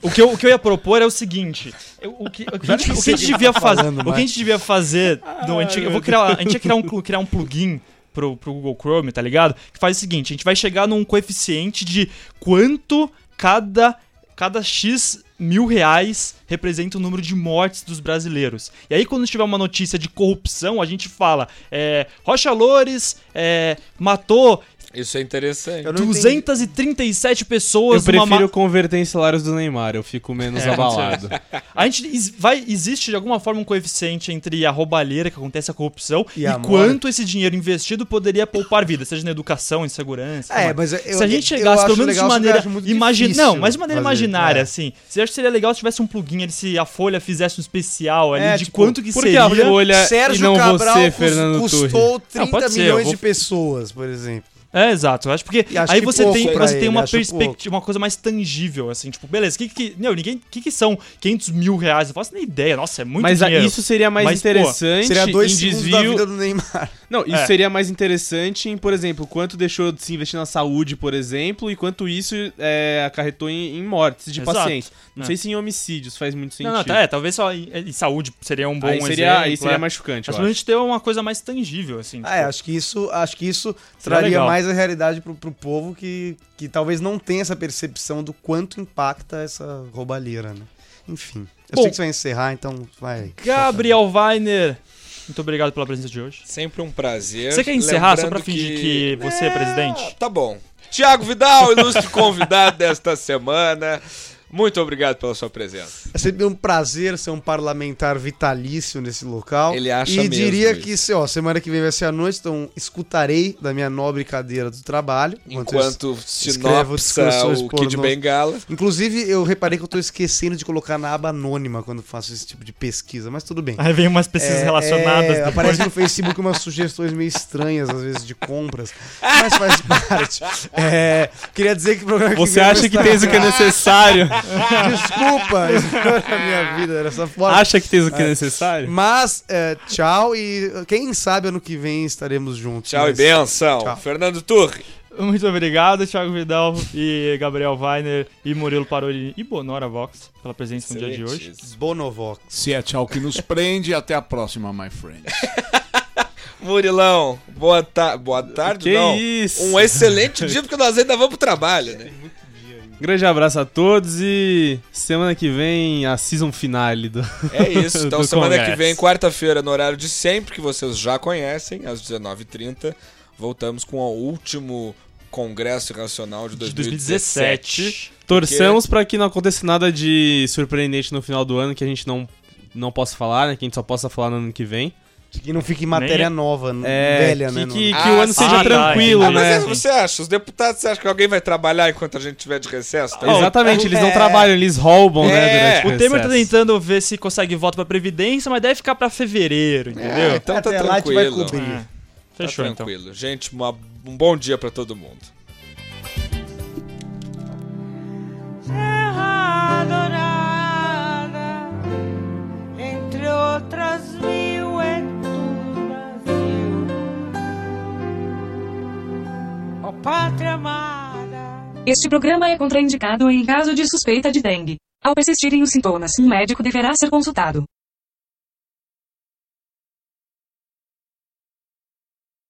Speaker 3: o, que eu, o que eu ia propor é o seguinte: eu- o, que, o que a gente, o que a gente tá devia fazer?
Speaker 5: falando,
Speaker 3: O que a gente devia fazer? no- a gente- Ah, eu vou criar, a gente ia criar um, clu- criar um plugin. Pro, pro Google Chrome, tá ligado? Que faz o seguinte: a gente vai chegar num coeficiente de quanto cada, cada X mil reais representa o número de mortes dos brasileiros. E aí, quando tiver uma notícia de corrupção, a gente fala: é, Rocha Loures é, matou
Speaker 4: Isso é interessante.
Speaker 5: Eu não entendi.
Speaker 3: 237
Speaker 6: Eu
Speaker 3: pessoas numa
Speaker 6: prefiro
Speaker 3: ma-
Speaker 6: converter em salários do Neymar, eu fico menos
Speaker 3: É, com
Speaker 6: abalado.
Speaker 3: A gente is- vai existe de alguma forma um coeficiente entre a roubalheira que acontece a corrupção
Speaker 5: E
Speaker 3: e,
Speaker 5: a
Speaker 3: quanto esse dinheiro investido poderia poupar vidas, seja na educação, em segurança.
Speaker 5: É,
Speaker 3: tudo mais.
Speaker 5: mas eu-
Speaker 3: se a
Speaker 5: eu-
Speaker 3: gente
Speaker 5: eu
Speaker 3: chegasse
Speaker 5: acho
Speaker 3: pelo menos de
Speaker 5: legal, só que eu
Speaker 3: maneira
Speaker 5: acho muito
Speaker 3: imagina,
Speaker 5: difícil
Speaker 3: não, mas de maneira
Speaker 5: fazer,
Speaker 3: imaginária
Speaker 5: é.
Speaker 3: assim. Você acha que seria legal se tivesse um plugin ali se a Folha fizesse um especial ali
Speaker 5: É,
Speaker 3: de
Speaker 5: tipo,
Speaker 3: quanto que
Speaker 6: Por que
Speaker 3: seria?
Speaker 6: a Folha e
Speaker 5: Sérgio
Speaker 6: não
Speaker 5: Cabral
Speaker 6: você,
Speaker 5: cus-
Speaker 6: Fernando Turri?
Speaker 5: custou 30
Speaker 3: pode ser, eu
Speaker 5: milhões
Speaker 3: vou-
Speaker 5: de pessoas, por exemplo.
Speaker 3: É, exato. Eu acho porque
Speaker 5: E acho
Speaker 3: aí
Speaker 5: que
Speaker 3: você
Speaker 5: pouco
Speaker 3: tem,
Speaker 5: pra
Speaker 3: você tem
Speaker 5: ele,
Speaker 3: uma
Speaker 5: acho
Speaker 3: perspectiva, uma coisa mais tangível, assim, tipo, beleza, que que, não, ninguém, que que são 500 mil reais? Eu faço nem ideia, nossa, é muito
Speaker 6: Mas ah,
Speaker 3: dinheiro.
Speaker 6: isso seria mais
Speaker 3: Mas, pô,
Speaker 6: interessante
Speaker 5: Seria dois
Speaker 6: em
Speaker 5: segundos
Speaker 6: desvio.
Speaker 5: da vida do Neymar.
Speaker 6: Não, isso
Speaker 3: É.
Speaker 6: seria mais interessante em, por exemplo, quanto deixou de se investir na saúde, por exemplo, e quanto isso é, acarretou em, em mortes de
Speaker 3: Exato.
Speaker 6: pacientes. Não
Speaker 3: É.
Speaker 6: sei se em homicídios faz muito sentido.
Speaker 3: Não, não, tá, é, talvez só em, em saúde seria um bom
Speaker 6: aí, seria,
Speaker 3: exemplo.
Speaker 6: aí seria
Speaker 3: é.
Speaker 6: mais
Speaker 3: Mas
Speaker 6: chocante, eu
Speaker 3: pra
Speaker 6: acho.
Speaker 3: gente ter uma coisa mais tangível, assim.
Speaker 5: Ah, é,
Speaker 3: tipo,
Speaker 5: acho que isso, acho que isso
Speaker 3: Seria
Speaker 5: traria
Speaker 3: legal.
Speaker 5: mais a realidade pro, pro povo que, que talvez não tenha essa percepção do quanto impacta essa roubalheira, né? Enfim. Eu
Speaker 3: Bom.
Speaker 5: sei que você vai encerrar, então vai.
Speaker 3: Gabriel Weiner, muito obrigado pela presença de hoje.
Speaker 4: Sempre um prazer.
Speaker 3: Você quer encerrar só pra
Speaker 4: Lembrando
Speaker 3: fingir que, você é
Speaker 4: Ah,
Speaker 3: presidente?
Speaker 4: tá bom. Tiago Vidal, ilustre convidado desta semana. Muito obrigado pela sua presença.
Speaker 5: É sempre um prazer ser um parlamentar vitalício nesse local.
Speaker 4: Ele acha
Speaker 5: E
Speaker 4: mesmo
Speaker 5: diria
Speaker 4: isso.
Speaker 5: que, se, ó, semana que vem vai ser a noite, então escutarei da minha nobre cadeira do trabalho. enquanto eu-
Speaker 4: Enquanto
Speaker 5: escrevo
Speaker 4: sinopsa
Speaker 5: discussões
Speaker 4: o Kid
Speaker 5: pornô.
Speaker 4: Bengala.
Speaker 5: Inclusive, eu reparei que eu tô esquecendo de colocar na aba anônima quando faço esse tipo de pesquisa, mas tudo bem.
Speaker 3: Aí vem umas pesquisas
Speaker 5: É,
Speaker 3: relacionadas.
Speaker 5: é,
Speaker 3: depois.
Speaker 5: aparece no Facebook umas sugestões meio estranhas, às vezes, de compras. Mas faz parte. É, queria dizer que o programa
Speaker 6: Você
Speaker 5: vem
Speaker 6: acha que
Speaker 5: vai
Speaker 6: fez o que é necessário?
Speaker 5: estar- Desculpa, isso era a minha vida dessa forma.
Speaker 6: acha que fez o que é necessário?
Speaker 5: Mas, é, tchau e quem sabe ano que vem estaremos juntos.
Speaker 4: Tchau e
Speaker 5: Mas-
Speaker 4: benção.
Speaker 5: Tchau.
Speaker 4: Fernando Turri.
Speaker 3: Muito obrigado, Thiago Vidal e Gabriel Weiner e Murilo Parolini e Bonora Vox pela presença no dia de hoje.
Speaker 5: Bonovox.
Speaker 7: Se é tchau que nos prende, até a próxima, my friend.
Speaker 4: Murilão, boa, ta boa tarde,
Speaker 6: Que
Speaker 4: não.
Speaker 6: isso?
Speaker 4: Um excelente dia, porque nós ainda vamos pro trabalho, né?
Speaker 6: Grande abraço a todos e semana que vem a season finale do.
Speaker 4: É isso. Então,
Speaker 6: Do
Speaker 4: semana que
Speaker 6: Congresso.
Speaker 4: vem, quarta-feira, no horário de sempre, que vocês já conhecem, às 19h30, voltamos com o último Congresso Racional de
Speaker 3: De
Speaker 4: 2017.
Speaker 3: 2017.
Speaker 6: Torçamos pra que não aconteça nada de surpreendente no final do ano que a gente não, não possa falar, né? Que a gente só possa falar no ano que vem.
Speaker 5: Que não fique em matéria
Speaker 3: Nem-
Speaker 5: nova, n-
Speaker 6: É,
Speaker 5: velha,
Speaker 6: que,
Speaker 5: né?
Speaker 6: que,
Speaker 5: não-
Speaker 6: que o
Speaker 4: Ah,
Speaker 6: ano
Speaker 4: sim.
Speaker 6: seja
Speaker 3: Ah, tá,
Speaker 6: tranquilo,
Speaker 3: entendi.
Speaker 4: Mas
Speaker 6: né?
Speaker 4: é, você acha? Os deputados, você acha que alguém vai trabalhar enquanto a gente tiver de recesso? Tá?
Speaker 3: Ah,
Speaker 6: Exatamente, eles não trabalham, eles roubam, né?
Speaker 4: É.
Speaker 6: Durante
Speaker 3: O Temer tá
Speaker 6: recesso.
Speaker 3: tentando ver se consegue voto pra Previdência, mas deve ficar pra fevereiro, entendeu?
Speaker 4: então tá
Speaker 5: Até lá a gente vai
Speaker 4: tranquilo.
Speaker 5: cobrir.
Speaker 3: Ah, Fechou,
Speaker 4: tá
Speaker 3: então.
Speaker 4: tranquilo. Gente, uma- um bom dia pra todo mundo.
Speaker 2: Terra adorada, entre outras mil, é tu Brasil. Ó pátria amada.
Speaker 9: Este programa é contraindicado em caso de suspeita de dengue. Ao persistirem os sintomas, um médico deverá ser consultado.